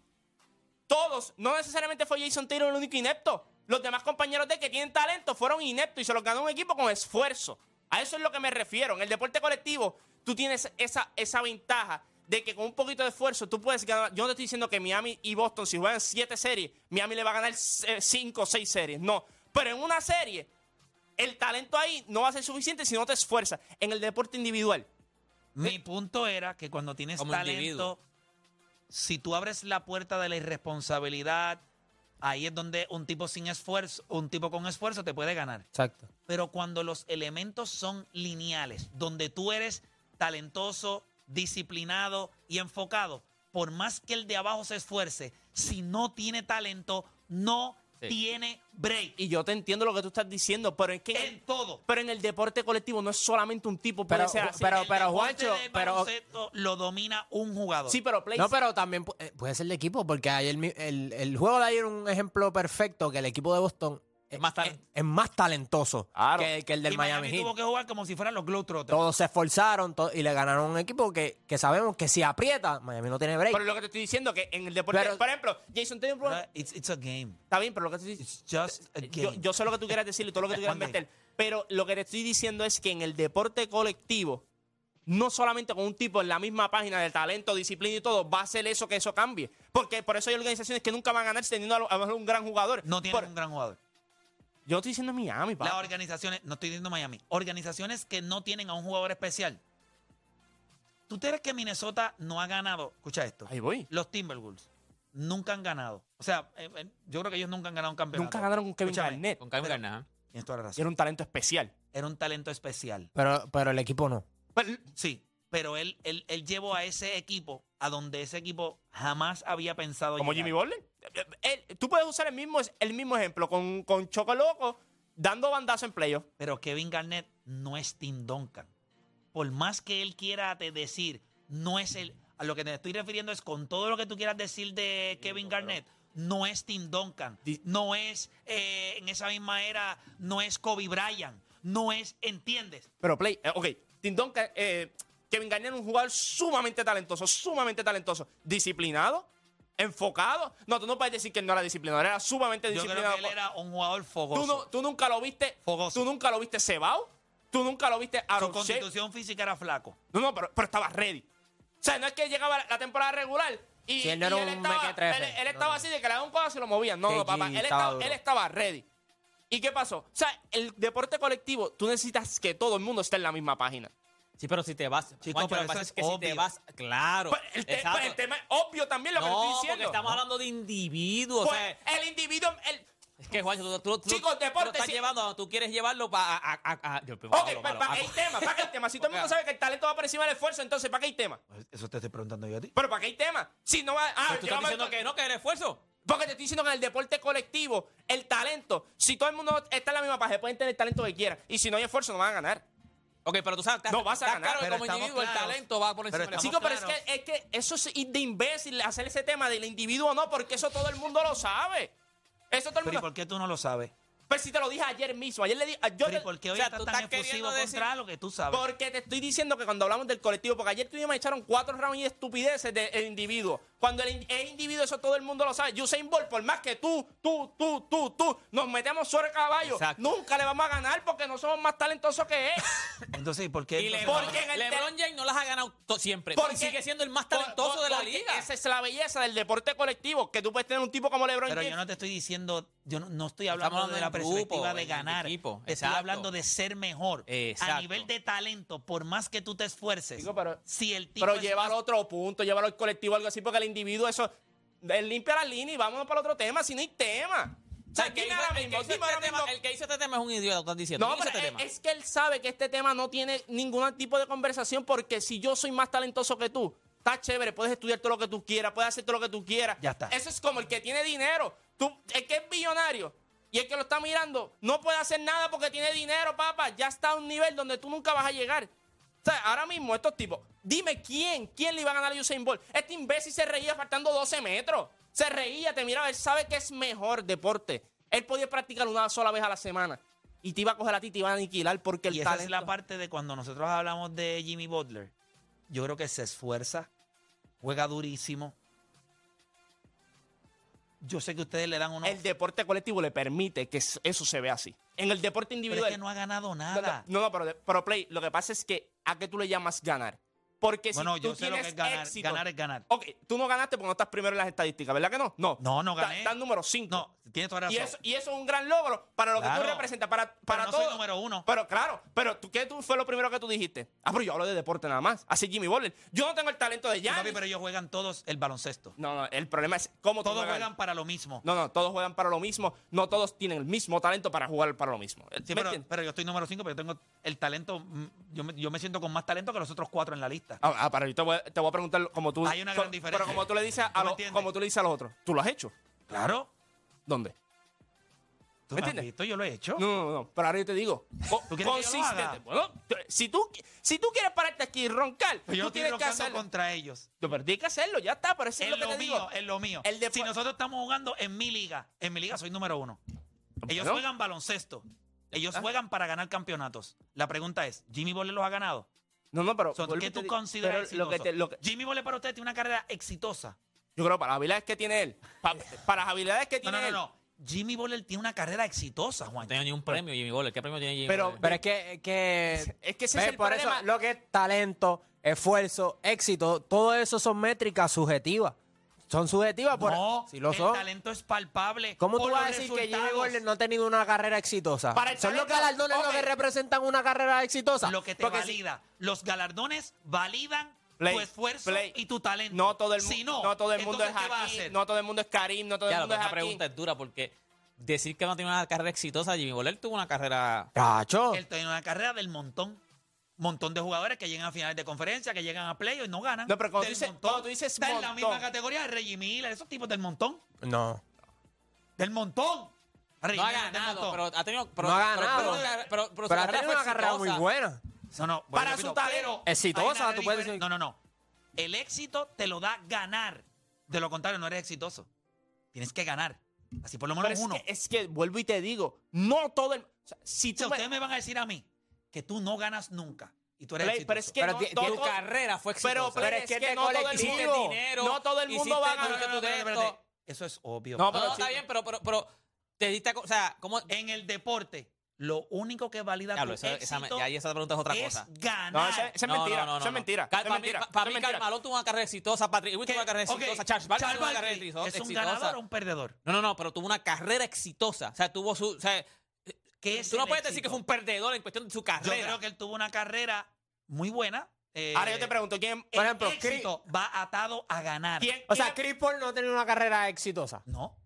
[SPEAKER 4] todos, no necesariamente fue Jason Taylor el único inepto. Los demás compañeros de que tienen talento fueron ineptos y se los ganó un equipo con esfuerzo. A eso es lo que me refiero. En el deporte colectivo, tú tienes esa, esa ventaja de que con un poquito de esfuerzo tú puedes ganar. Yo no te estoy diciendo que Miami y Boston, si juegan siete series, Miami le va a ganar eh, cinco o seis series. No. Pero en una serie, el talento ahí no va a ser suficiente si no te esfuerzas en el deporte individual.
[SPEAKER 2] Mi punto era que cuando tienes
[SPEAKER 3] Como
[SPEAKER 2] talento,
[SPEAKER 3] individuo.
[SPEAKER 2] si tú abres la puerta de la irresponsabilidad, ahí es donde un tipo sin esfuerzo, un tipo con esfuerzo te puede ganar.
[SPEAKER 5] Exacto.
[SPEAKER 2] Pero cuando los elementos son lineales, donde tú eres talentoso, disciplinado y enfocado, por más que el de abajo se esfuerce, si no tiene talento, no
[SPEAKER 3] Sí.
[SPEAKER 2] tiene break.
[SPEAKER 4] Y yo te entiendo lo que tú estás diciendo, pero es que
[SPEAKER 2] En todo.
[SPEAKER 4] pero en el deporte colectivo no es solamente un tipo, puede
[SPEAKER 5] Pero-
[SPEAKER 4] ser así.
[SPEAKER 5] pero-
[SPEAKER 2] El
[SPEAKER 5] pero,
[SPEAKER 2] deporte
[SPEAKER 5] Juancho,
[SPEAKER 2] de
[SPEAKER 5] pero-
[SPEAKER 2] baloncesto lo domina un jugador.
[SPEAKER 4] sí, pero Play.
[SPEAKER 5] No, pero también pu- eh, puede ser de equipo, porque ayer mi- el, el juego de ayer un ejemplo perfecto que el equipo de Boston es,
[SPEAKER 3] más talen-
[SPEAKER 5] es- es más talentoso
[SPEAKER 4] Claro.
[SPEAKER 5] que, que el del
[SPEAKER 2] y
[SPEAKER 5] Miami,
[SPEAKER 2] Miami,
[SPEAKER 5] Heat.
[SPEAKER 2] tuvo que jugar como si fueran los Globetrotters.
[SPEAKER 5] Todos se esforzaron to- y le ganaron a un equipo que, que sabemos que si aprieta, Miami no tiene break.
[SPEAKER 4] Pero lo que te estoy diciendo que en el deporte,
[SPEAKER 5] Pero-
[SPEAKER 4] por ejemplo, Jason Tatum
[SPEAKER 2] Pero It's, it's a game.
[SPEAKER 4] está bien, pero lo que te estoy eh,
[SPEAKER 2] It's just a game.
[SPEAKER 4] yo, yo sé lo que tú quieras decir y todo lo que tú quieras
[SPEAKER 2] One day.
[SPEAKER 4] meter, pero lo que te estoy diciendo es que en el deporte colectivo no solamente con un tipo en la misma página de talento, disciplina y todo, va a ser eso que eso cambie. Porque por eso hay organizaciones que nunca van a ganar teniendo a lo a lo mejor un gran jugador.
[SPEAKER 2] no tienen
[SPEAKER 4] Por-
[SPEAKER 2] un gran jugador.
[SPEAKER 4] Yo estoy diciendo Miami,
[SPEAKER 2] Las
[SPEAKER 4] papá.
[SPEAKER 2] organizaciones, no estoy diciendo Miami, organizaciones que no tienen a un jugador especial. ¿Tú crees que Minnesota no ha ganado? Escucha esto.
[SPEAKER 4] Ahí voy.
[SPEAKER 2] Los Timberwolves nunca han ganado. O sea, eh, eh, yo creo que ellos nunca han ganado un campeonato.
[SPEAKER 4] Nunca ganaron con Kevin
[SPEAKER 2] Escúchame,
[SPEAKER 4] Garnett.
[SPEAKER 3] Con Kevin Garnett.
[SPEAKER 2] Tienes toda la
[SPEAKER 4] Y Era
[SPEAKER 2] razón.
[SPEAKER 4] un talento especial.
[SPEAKER 2] Era un talento especial.
[SPEAKER 5] Pero, pero el equipo no.
[SPEAKER 4] Pero-
[SPEAKER 2] Sí, pero él, él, él llevó a ese equipo a donde ese equipo jamás había pensado
[SPEAKER 4] como
[SPEAKER 2] llegar.
[SPEAKER 4] Jimmy Butler. Eh, eh, tú puedes usar el mismo, el mismo ejemplo con, con Choco Loco dando bandazo en playoff.
[SPEAKER 2] Pero Kevin Garnett no es Tim Duncan. Por más que él quiera te decir, no es el. A lo que te estoy refiriendo es con todo lo que tú quieras decir de Kevin Garnett, no es Tim Duncan.
[SPEAKER 4] Di-
[SPEAKER 2] No es eh, en esa misma era, no es Kobe Bryant. No es, ¿entiendes?
[SPEAKER 4] Pero Play, eh, ok, Tim Duncan, eh, Kevin Garnett es un jugador sumamente talentoso, sumamente talentoso, disciplinado, enfocado. No, tú no puedes decir que él no era disciplinado, era sumamente
[SPEAKER 2] Yo creo
[SPEAKER 4] disciplinado.
[SPEAKER 2] que él era un jugador fogoso.
[SPEAKER 4] tú, no- tú nunca lo viste,
[SPEAKER 2] Fogoso.
[SPEAKER 4] tú nunca lo viste cebado, tú nunca lo viste
[SPEAKER 2] Su
[SPEAKER 4] Aaron Shea.
[SPEAKER 2] constitución física era flaco.
[SPEAKER 4] No, no, pero, pero estaba ready. O sea, no es que llegaba la- la temporada regular y,
[SPEAKER 5] Sí, él no
[SPEAKER 4] y
[SPEAKER 5] era
[SPEAKER 4] él
[SPEAKER 5] un
[SPEAKER 4] estaba,
[SPEAKER 5] mequetrefe.
[SPEAKER 4] él, él
[SPEAKER 5] No,
[SPEAKER 4] estaba
[SPEAKER 5] no.
[SPEAKER 4] así de que le daban un codazo y lo movían. No, no,
[SPEAKER 5] KG
[SPEAKER 4] papá, él
[SPEAKER 5] estaba
[SPEAKER 4] estaba,
[SPEAKER 5] duro.
[SPEAKER 4] él estaba ready. ¿Y qué pasó? O sea, el deporte colectivo, tú necesitas que todo el mundo esté en la misma página.
[SPEAKER 3] Sí, pero si te vas.
[SPEAKER 2] Chico,
[SPEAKER 3] Juancho,
[SPEAKER 2] pero
[SPEAKER 3] lo que
[SPEAKER 2] eso
[SPEAKER 3] pasa es
[SPEAKER 2] es
[SPEAKER 3] que si te
[SPEAKER 2] obvio.
[SPEAKER 3] vas. Claro.
[SPEAKER 4] Pues, el, te-
[SPEAKER 3] exacto.
[SPEAKER 4] pues, el tema es obvio también lo
[SPEAKER 3] no,
[SPEAKER 4] que te estoy
[SPEAKER 3] porque
[SPEAKER 4] diciendo.
[SPEAKER 3] estamos hablando de individuos.
[SPEAKER 4] Pues,
[SPEAKER 3] o sea,
[SPEAKER 4] el individuo, el,
[SPEAKER 3] es que, Juancho, tú, tú, tú-
[SPEAKER 4] Chicos,
[SPEAKER 3] tú lo
[SPEAKER 4] deporte,
[SPEAKER 3] estás
[SPEAKER 4] sí.
[SPEAKER 3] llevando, tú quieres llevarlo para. A, a- a- yo-
[SPEAKER 4] ok, pues,
[SPEAKER 3] malo,
[SPEAKER 4] pa-
[SPEAKER 3] malo,
[SPEAKER 4] pa-
[SPEAKER 3] a-
[SPEAKER 4] el tema, para que el tema. Si todo el mundo
[SPEAKER 3] Oiga.
[SPEAKER 4] sabe que el talento va por encima del esfuerzo, entonces ¿para qué hay tema?
[SPEAKER 2] Pues, Eso te estoy preguntando yo a ti.
[SPEAKER 4] Pero ¿para qué hay tema? Si no va, ah,
[SPEAKER 3] Pero Pues tú estás
[SPEAKER 4] llegamos al-
[SPEAKER 3] diciendo que no, que eres esfuerzo.
[SPEAKER 4] Porque te estoy diciendo que en el deporte colectivo, el talento, si todo el mundo está en la misma página, pueden tener el talento que quieran. Y si no hay esfuerzo, no van a ganar.
[SPEAKER 3] Ok, pero tú sabes, estás-
[SPEAKER 4] No vas a
[SPEAKER 3] estás claro
[SPEAKER 4] ganar.
[SPEAKER 3] que
[SPEAKER 2] Pero
[SPEAKER 3] como
[SPEAKER 2] estamos
[SPEAKER 3] individuo el
[SPEAKER 2] claros.
[SPEAKER 3] talento va por
[SPEAKER 2] Pero
[SPEAKER 3] encima de la
[SPEAKER 2] estamos
[SPEAKER 4] Chicos, pero es
[SPEAKER 2] claros.
[SPEAKER 4] que, es que eso es ir de imbécil hacer ese tema del individuo no, porque eso todo el mundo lo sabe. Eso todo
[SPEAKER 2] Pero
[SPEAKER 4] el
[SPEAKER 2] ¿y
[SPEAKER 4] mundo.
[SPEAKER 2] por qué tú no lo sabes?
[SPEAKER 4] Pero si te lo dije ayer mismo, ayer le dije. Yo
[SPEAKER 2] Pero ¿y
[SPEAKER 4] te-
[SPEAKER 2] por qué hoy
[SPEAKER 3] o sea,
[SPEAKER 2] estás
[SPEAKER 3] tú
[SPEAKER 2] tan
[SPEAKER 3] estás queriendo
[SPEAKER 2] efusivo
[SPEAKER 3] decir-
[SPEAKER 2] contra lo que tú sabes?
[SPEAKER 4] Porque te estoy diciendo que cuando hablamos del colectivo, porque ayer tú y yo me echaron cuatro rounds de estupideces del individuo. Cuando el, in- el individuo, eso todo el mundo lo sabe. Usain Bolt, por más que tú, tú, tú, tú, tú, nos metemos sobre el caballo,
[SPEAKER 3] Exacto.
[SPEAKER 4] nunca le vamos a ganar porque no somos más talentosos que él.
[SPEAKER 2] Entonces, ¿y por qué?
[SPEAKER 3] Y
[SPEAKER 2] entonces-
[SPEAKER 3] LeBron,
[SPEAKER 4] Porque en el
[SPEAKER 3] LeBron James no las ha ganado to- siempre.
[SPEAKER 4] Porque-
[SPEAKER 3] y sigue siendo el más talentoso
[SPEAKER 4] Por- por-
[SPEAKER 3] de la
[SPEAKER 4] porque
[SPEAKER 3] liga.
[SPEAKER 4] Esa es la belleza del deporte colectivo, que tú puedes tener un tipo como LeBron
[SPEAKER 2] Pero yo
[SPEAKER 4] James.
[SPEAKER 2] no te estoy diciendo, yo no, no estoy
[SPEAKER 3] Estamos
[SPEAKER 2] hablando,
[SPEAKER 3] hablando
[SPEAKER 2] de la
[SPEAKER 3] en grupo,
[SPEAKER 2] perspectiva de
[SPEAKER 3] en el
[SPEAKER 2] ganar.
[SPEAKER 3] equipo,
[SPEAKER 2] Te estoy
[SPEAKER 3] exacto.
[SPEAKER 2] hablando de ser mejor.
[SPEAKER 3] Exacto.
[SPEAKER 2] A nivel de talento, por más que tú te esfuerces,
[SPEAKER 4] Digo, pero-
[SPEAKER 2] si el tipo
[SPEAKER 4] Pero
[SPEAKER 2] es
[SPEAKER 4] llevar
[SPEAKER 2] más-
[SPEAKER 4] otro punto, llevarlo al colectivo, algo así, porque el individuo, eso, él limpia la línea y vámonos para el otro tema, si no hay tema. O sea,
[SPEAKER 3] el, que
[SPEAKER 4] dime
[SPEAKER 3] hizo,
[SPEAKER 4] ahora
[SPEAKER 3] el que
[SPEAKER 4] mismo,
[SPEAKER 3] hizo
[SPEAKER 4] dime
[SPEAKER 3] este
[SPEAKER 4] ahora
[SPEAKER 3] tema,
[SPEAKER 4] mismo.
[SPEAKER 3] el que hizo este tema es un idiota, estás diciendo.
[SPEAKER 4] No,
[SPEAKER 3] ¿Quién hizo
[SPEAKER 4] pero
[SPEAKER 3] este
[SPEAKER 4] es-
[SPEAKER 3] tema?
[SPEAKER 4] es que él sabe que este tema no tiene ningún tipo de conversación porque si yo soy más talentoso que tú, está chévere, puedes estudiar todo lo que tú quieras, puedes hacer todo lo que tú quieras.
[SPEAKER 2] Ya está.
[SPEAKER 4] Eso es como el que tiene dinero. Tú, el que es billonario y el que lo está mirando no puede hacer nada porque tiene dinero, papá. Ya está a un nivel donde tú nunca vas a llegar. O sea, ahora mismo estos tipos, dime quién, quién le iba a ganar a Usain Bolt. Este imbécil se reía faltando 12 metros. Se reía, te miraba, él sabe que es mejor deporte. Él podía practicar una sola vez a la semana. Y te iba a coger a ti, te iba a aniquilar porque el
[SPEAKER 2] Y esa
[SPEAKER 4] talento...
[SPEAKER 2] es la parte de cuando nosotros hablamos de Jimmy Butler. Yo creo que se esfuerza, juega durísimo. Yo sé que ustedes le dan unos...
[SPEAKER 4] El deporte colectivo le permite que s- eso se vea así. En el deporte
[SPEAKER 2] pero
[SPEAKER 4] individual...
[SPEAKER 2] es que no ha ganado
[SPEAKER 4] No, no,
[SPEAKER 2] nada.
[SPEAKER 4] No, no, pero, pero Play, lo que pasa es que ¿a qué tú le llamas ganar? Porque si
[SPEAKER 2] Bueno,
[SPEAKER 4] tú
[SPEAKER 2] yo sé lo
[SPEAKER 4] tienes
[SPEAKER 2] que es ganar.
[SPEAKER 4] éxito.
[SPEAKER 2] Ganar es ganar.
[SPEAKER 4] Ok, tú no ganaste porque no estás primero en las estadísticas, ¿verdad que no? No.
[SPEAKER 2] No, no
[SPEAKER 4] Está-
[SPEAKER 2] gané.
[SPEAKER 4] Estás número 5.
[SPEAKER 2] No, tienes toda la
[SPEAKER 4] Y
[SPEAKER 2] razón.
[SPEAKER 4] eso, y eso es un gran logro para lo que
[SPEAKER 2] Claro.
[SPEAKER 4] tú representas, para, para
[SPEAKER 2] Pero no
[SPEAKER 4] todo.
[SPEAKER 2] soy número uno.
[SPEAKER 4] Pero claro, pero tú, ¿qué tú fue lo primero que tú dijiste? Ah, pero yo hablo de deporte nada más. Así Jimmy Butler. Yo no tengo el talento de
[SPEAKER 2] Sí, papi,
[SPEAKER 4] Giannis.
[SPEAKER 2] pero ellos juegan todos el baloncesto.
[SPEAKER 4] No, no, el problema es cómo tú
[SPEAKER 2] Todos
[SPEAKER 4] juegas.
[SPEAKER 2] juegan para lo mismo.
[SPEAKER 4] No, no, todos juegan para lo mismo. No todos tienen el mismo talento para jugar para lo mismo.
[SPEAKER 2] Sí,
[SPEAKER 4] ¿Me
[SPEAKER 2] pero,
[SPEAKER 4] entiendes?
[SPEAKER 2] pero yo estoy número 5, pero yo tengo el talento. mm, Yo me, yo me siento con más talento que los otros cuatro en la lista.
[SPEAKER 4] Ah, ah, pero yo te voy, a- te voy a preguntar como tú.
[SPEAKER 2] Hay una gran
[SPEAKER 4] so-
[SPEAKER 2] diferencia.
[SPEAKER 4] Pero como tú le dices a,
[SPEAKER 2] ¿Tú me
[SPEAKER 4] los-
[SPEAKER 2] entiendes?
[SPEAKER 4] como tú le dices a los otros, ¿tú lo has hecho?
[SPEAKER 2] Claro.
[SPEAKER 4] ¿Dónde?
[SPEAKER 2] ¿Tú me
[SPEAKER 4] ¿Me
[SPEAKER 2] has
[SPEAKER 4] Ah, entiendes?
[SPEAKER 2] visto? Yo lo he hecho.
[SPEAKER 4] No, no, no. Pero ahora yo te digo, co-
[SPEAKER 2] ¿Tú quieres que yo lo
[SPEAKER 4] consistente.
[SPEAKER 2] haga?
[SPEAKER 4] Bueno, tú- si tú, si tú quieres pararte aquí y roncar,
[SPEAKER 2] Pero yo no
[SPEAKER 4] tú
[SPEAKER 2] estoy
[SPEAKER 4] tienes que
[SPEAKER 2] rocando
[SPEAKER 4] hacerlo.
[SPEAKER 2] contra ellos.
[SPEAKER 4] Yo, pero tienes que hacerlo, ya está. Pero eso es
[SPEAKER 2] En
[SPEAKER 4] lo que
[SPEAKER 2] lo
[SPEAKER 4] te
[SPEAKER 2] mío, eh,
[SPEAKER 4] digo.
[SPEAKER 2] en lo mío.
[SPEAKER 4] El depo-
[SPEAKER 2] Si nosotros estamos jugando en mi liga, en mi liga soy número uno. Ellos
[SPEAKER 4] Bueno.
[SPEAKER 2] juegan baloncesto. Ellos
[SPEAKER 4] Ah.
[SPEAKER 2] juegan para ganar campeonatos. La pregunta es, ¿Jimmy Butler los ha ganado?
[SPEAKER 4] No, no, pero.
[SPEAKER 2] So,
[SPEAKER 4] vuelvo y
[SPEAKER 2] ¿Qué
[SPEAKER 4] te
[SPEAKER 2] tú
[SPEAKER 4] digo,
[SPEAKER 2] consideras
[SPEAKER 4] pero lo que
[SPEAKER 2] exitoso?
[SPEAKER 4] te- lo que-
[SPEAKER 2] Jimmy Butler para usted tiene una carrera exitosa.
[SPEAKER 4] Yo creo para las habilidades que tiene él. pa- para las habilidades que
[SPEAKER 2] No,
[SPEAKER 4] tiene
[SPEAKER 2] no, no,
[SPEAKER 4] él.
[SPEAKER 2] no. Jimmy Butler tiene una carrera exitosa,
[SPEAKER 3] No
[SPEAKER 2] Juan.
[SPEAKER 3] tengo ni un premio, Jimmy Butler. ¿Qué premio tiene Jimmy
[SPEAKER 4] Pero-
[SPEAKER 3] Butler?
[SPEAKER 5] Pero es que, es que,
[SPEAKER 4] Es que ese
[SPEAKER 5] ¿ves?
[SPEAKER 4] es el
[SPEAKER 5] por
[SPEAKER 4] problema.
[SPEAKER 5] eso lo que es talento, esfuerzo, éxito, todo eso son métricas subjetivas. Son subjetivas por
[SPEAKER 2] No,
[SPEAKER 5] si lo
[SPEAKER 2] el
[SPEAKER 5] son.
[SPEAKER 2] talento es palpable.
[SPEAKER 5] ¿Cómo tú
[SPEAKER 2] por
[SPEAKER 5] vas a
[SPEAKER 2] los
[SPEAKER 5] decir que Jimmy
[SPEAKER 2] resultados.
[SPEAKER 5] Butler no ha tenido una carrera exitosa?
[SPEAKER 4] Para el
[SPEAKER 5] ¿Son los
[SPEAKER 4] talento,
[SPEAKER 5] galardones los
[SPEAKER 4] ok.
[SPEAKER 5] que representan una carrera exitosa?
[SPEAKER 2] Lo que te
[SPEAKER 5] Porque si-
[SPEAKER 2] valida. Los galardones validan
[SPEAKER 4] Play,
[SPEAKER 2] tu esfuerzo
[SPEAKER 4] play.
[SPEAKER 2] y tu talento.
[SPEAKER 4] No todo el, mu-
[SPEAKER 2] Si no,
[SPEAKER 4] no todo el mundo es
[SPEAKER 2] entonces, ¿qué va a
[SPEAKER 4] Hakim,
[SPEAKER 2] hacer?
[SPEAKER 4] no todo el mundo es Karim, no todo
[SPEAKER 3] Ya,
[SPEAKER 4] el
[SPEAKER 3] lo que
[SPEAKER 4] mundo es
[SPEAKER 3] esa
[SPEAKER 4] Hakim.
[SPEAKER 3] pregunta es dura porque decir que no tiene una carrera exitosa, Jimmy Butler tuvo una carrera.
[SPEAKER 5] Cacho.
[SPEAKER 2] Él tiene una carrera del montón. Montón de jugadores que llegan a finales de conferencia, que llegan a playoff y no ganan.
[SPEAKER 4] No, pero cuando
[SPEAKER 2] Del
[SPEAKER 4] dices-
[SPEAKER 2] montón.
[SPEAKER 4] cuando tú dices
[SPEAKER 2] Está en la
[SPEAKER 4] montón.
[SPEAKER 2] misma categoría de Reggie Miller, esos tipos del montón.
[SPEAKER 5] No.
[SPEAKER 2] Del montón. Reggie
[SPEAKER 3] No ha
[SPEAKER 2] Miller es del
[SPEAKER 3] ganado,
[SPEAKER 2] montón.
[SPEAKER 3] pero ha tenido. Pero,
[SPEAKER 5] No ha
[SPEAKER 3] pero-
[SPEAKER 5] ganado.
[SPEAKER 3] Pero, pero- pero su
[SPEAKER 5] Pero ha
[SPEAKER 3] carrera
[SPEAKER 5] tenido
[SPEAKER 3] fue
[SPEAKER 5] una carrera muy
[SPEAKER 3] exitosa.
[SPEAKER 5] buena.
[SPEAKER 2] No, no,
[SPEAKER 4] Para
[SPEAKER 2] repito,
[SPEAKER 4] su talento.
[SPEAKER 2] pero
[SPEAKER 5] Exitosa,
[SPEAKER 2] hay una
[SPEAKER 5] tú puedes
[SPEAKER 2] diferen-
[SPEAKER 5] decir-
[SPEAKER 2] No, no, no. El éxito te lo da ganar. De lo contrario, no eres exitoso. Tienes que ganar. Así por lo
[SPEAKER 4] Pero
[SPEAKER 2] menos
[SPEAKER 4] es,
[SPEAKER 2] uno.
[SPEAKER 4] Que, es que vuelvo y te digo, no todo el. o sea, si
[SPEAKER 2] Si
[SPEAKER 4] tú
[SPEAKER 2] ustedes
[SPEAKER 4] me,
[SPEAKER 2] me van a decir a mí que tú no ganas nunca y tú eres
[SPEAKER 4] Play,
[SPEAKER 2] exitoso.
[SPEAKER 4] pero es que
[SPEAKER 5] Pero
[SPEAKER 4] no,
[SPEAKER 5] ti-
[SPEAKER 4] todo-
[SPEAKER 5] tiene
[SPEAKER 3] Tu carrera fue exitosa.
[SPEAKER 4] pero, pero es que,
[SPEAKER 5] es de
[SPEAKER 4] no todo el
[SPEAKER 5] colectivo.
[SPEAKER 3] hiciste
[SPEAKER 4] mundo,
[SPEAKER 3] dinero.
[SPEAKER 4] no todo el mundo
[SPEAKER 3] hiciste
[SPEAKER 4] va
[SPEAKER 3] todo
[SPEAKER 4] a
[SPEAKER 3] lo
[SPEAKER 4] ganar.
[SPEAKER 3] que tú
[SPEAKER 2] Espérate,
[SPEAKER 3] de
[SPEAKER 2] espérate.
[SPEAKER 3] esto.
[SPEAKER 2] Eso es obvio.
[SPEAKER 4] No,
[SPEAKER 3] No,
[SPEAKER 4] pero
[SPEAKER 3] está
[SPEAKER 4] sí.
[SPEAKER 3] bien, pero, pero, pero te diste. co- O sea, ¿cómo.?
[SPEAKER 4] Eh,
[SPEAKER 2] en el deporte, lo único que valida
[SPEAKER 3] Diablo,
[SPEAKER 2] tu
[SPEAKER 3] esa, esa,
[SPEAKER 2] éxito
[SPEAKER 3] ya ahí esa pregunta es otra
[SPEAKER 2] es
[SPEAKER 3] cosa.
[SPEAKER 2] ganar.
[SPEAKER 4] No, esa- esa es
[SPEAKER 3] No,
[SPEAKER 4] mentira.
[SPEAKER 3] no, no,
[SPEAKER 4] esa
[SPEAKER 3] no,
[SPEAKER 4] es
[SPEAKER 3] no.
[SPEAKER 4] mentira.
[SPEAKER 3] Cal-
[SPEAKER 4] esa es
[SPEAKER 3] para mí-
[SPEAKER 4] mentira,
[SPEAKER 3] pa-
[SPEAKER 4] esa
[SPEAKER 3] Para
[SPEAKER 4] es
[SPEAKER 3] mí,
[SPEAKER 4] mentira.
[SPEAKER 3] Carmelo tuvo una carrera exitosa. Patrick Ewing
[SPEAKER 2] ¿Qué?
[SPEAKER 3] tuvo una carrera
[SPEAKER 2] Ok,
[SPEAKER 3] exitosa. Charles Barkley tuvo una
[SPEAKER 2] Barkley,
[SPEAKER 3] carrera exitosa.
[SPEAKER 2] ¿Es un ganador o un perdedor?
[SPEAKER 3] No, no, no, pero tuvo una carrera exitosa. O sea, tuvo su. O sea,
[SPEAKER 2] ¿Qué es
[SPEAKER 3] tú no
[SPEAKER 2] el
[SPEAKER 3] puedes decir
[SPEAKER 2] éxito?
[SPEAKER 3] que fue un perdedor en cuestión de su
[SPEAKER 2] Yo
[SPEAKER 3] carrera.
[SPEAKER 2] creo que él tuvo una carrera muy buena. eh,
[SPEAKER 4] Ahora yo te pregunto, ¿quién.
[SPEAKER 2] El
[SPEAKER 5] Por ejemplo, Chris-
[SPEAKER 2] éxito va atado a ganar.
[SPEAKER 4] quién-
[SPEAKER 5] O sea,
[SPEAKER 4] quién-
[SPEAKER 5] Chris Paul no ha tenido una carrera exitosa.
[SPEAKER 2] No.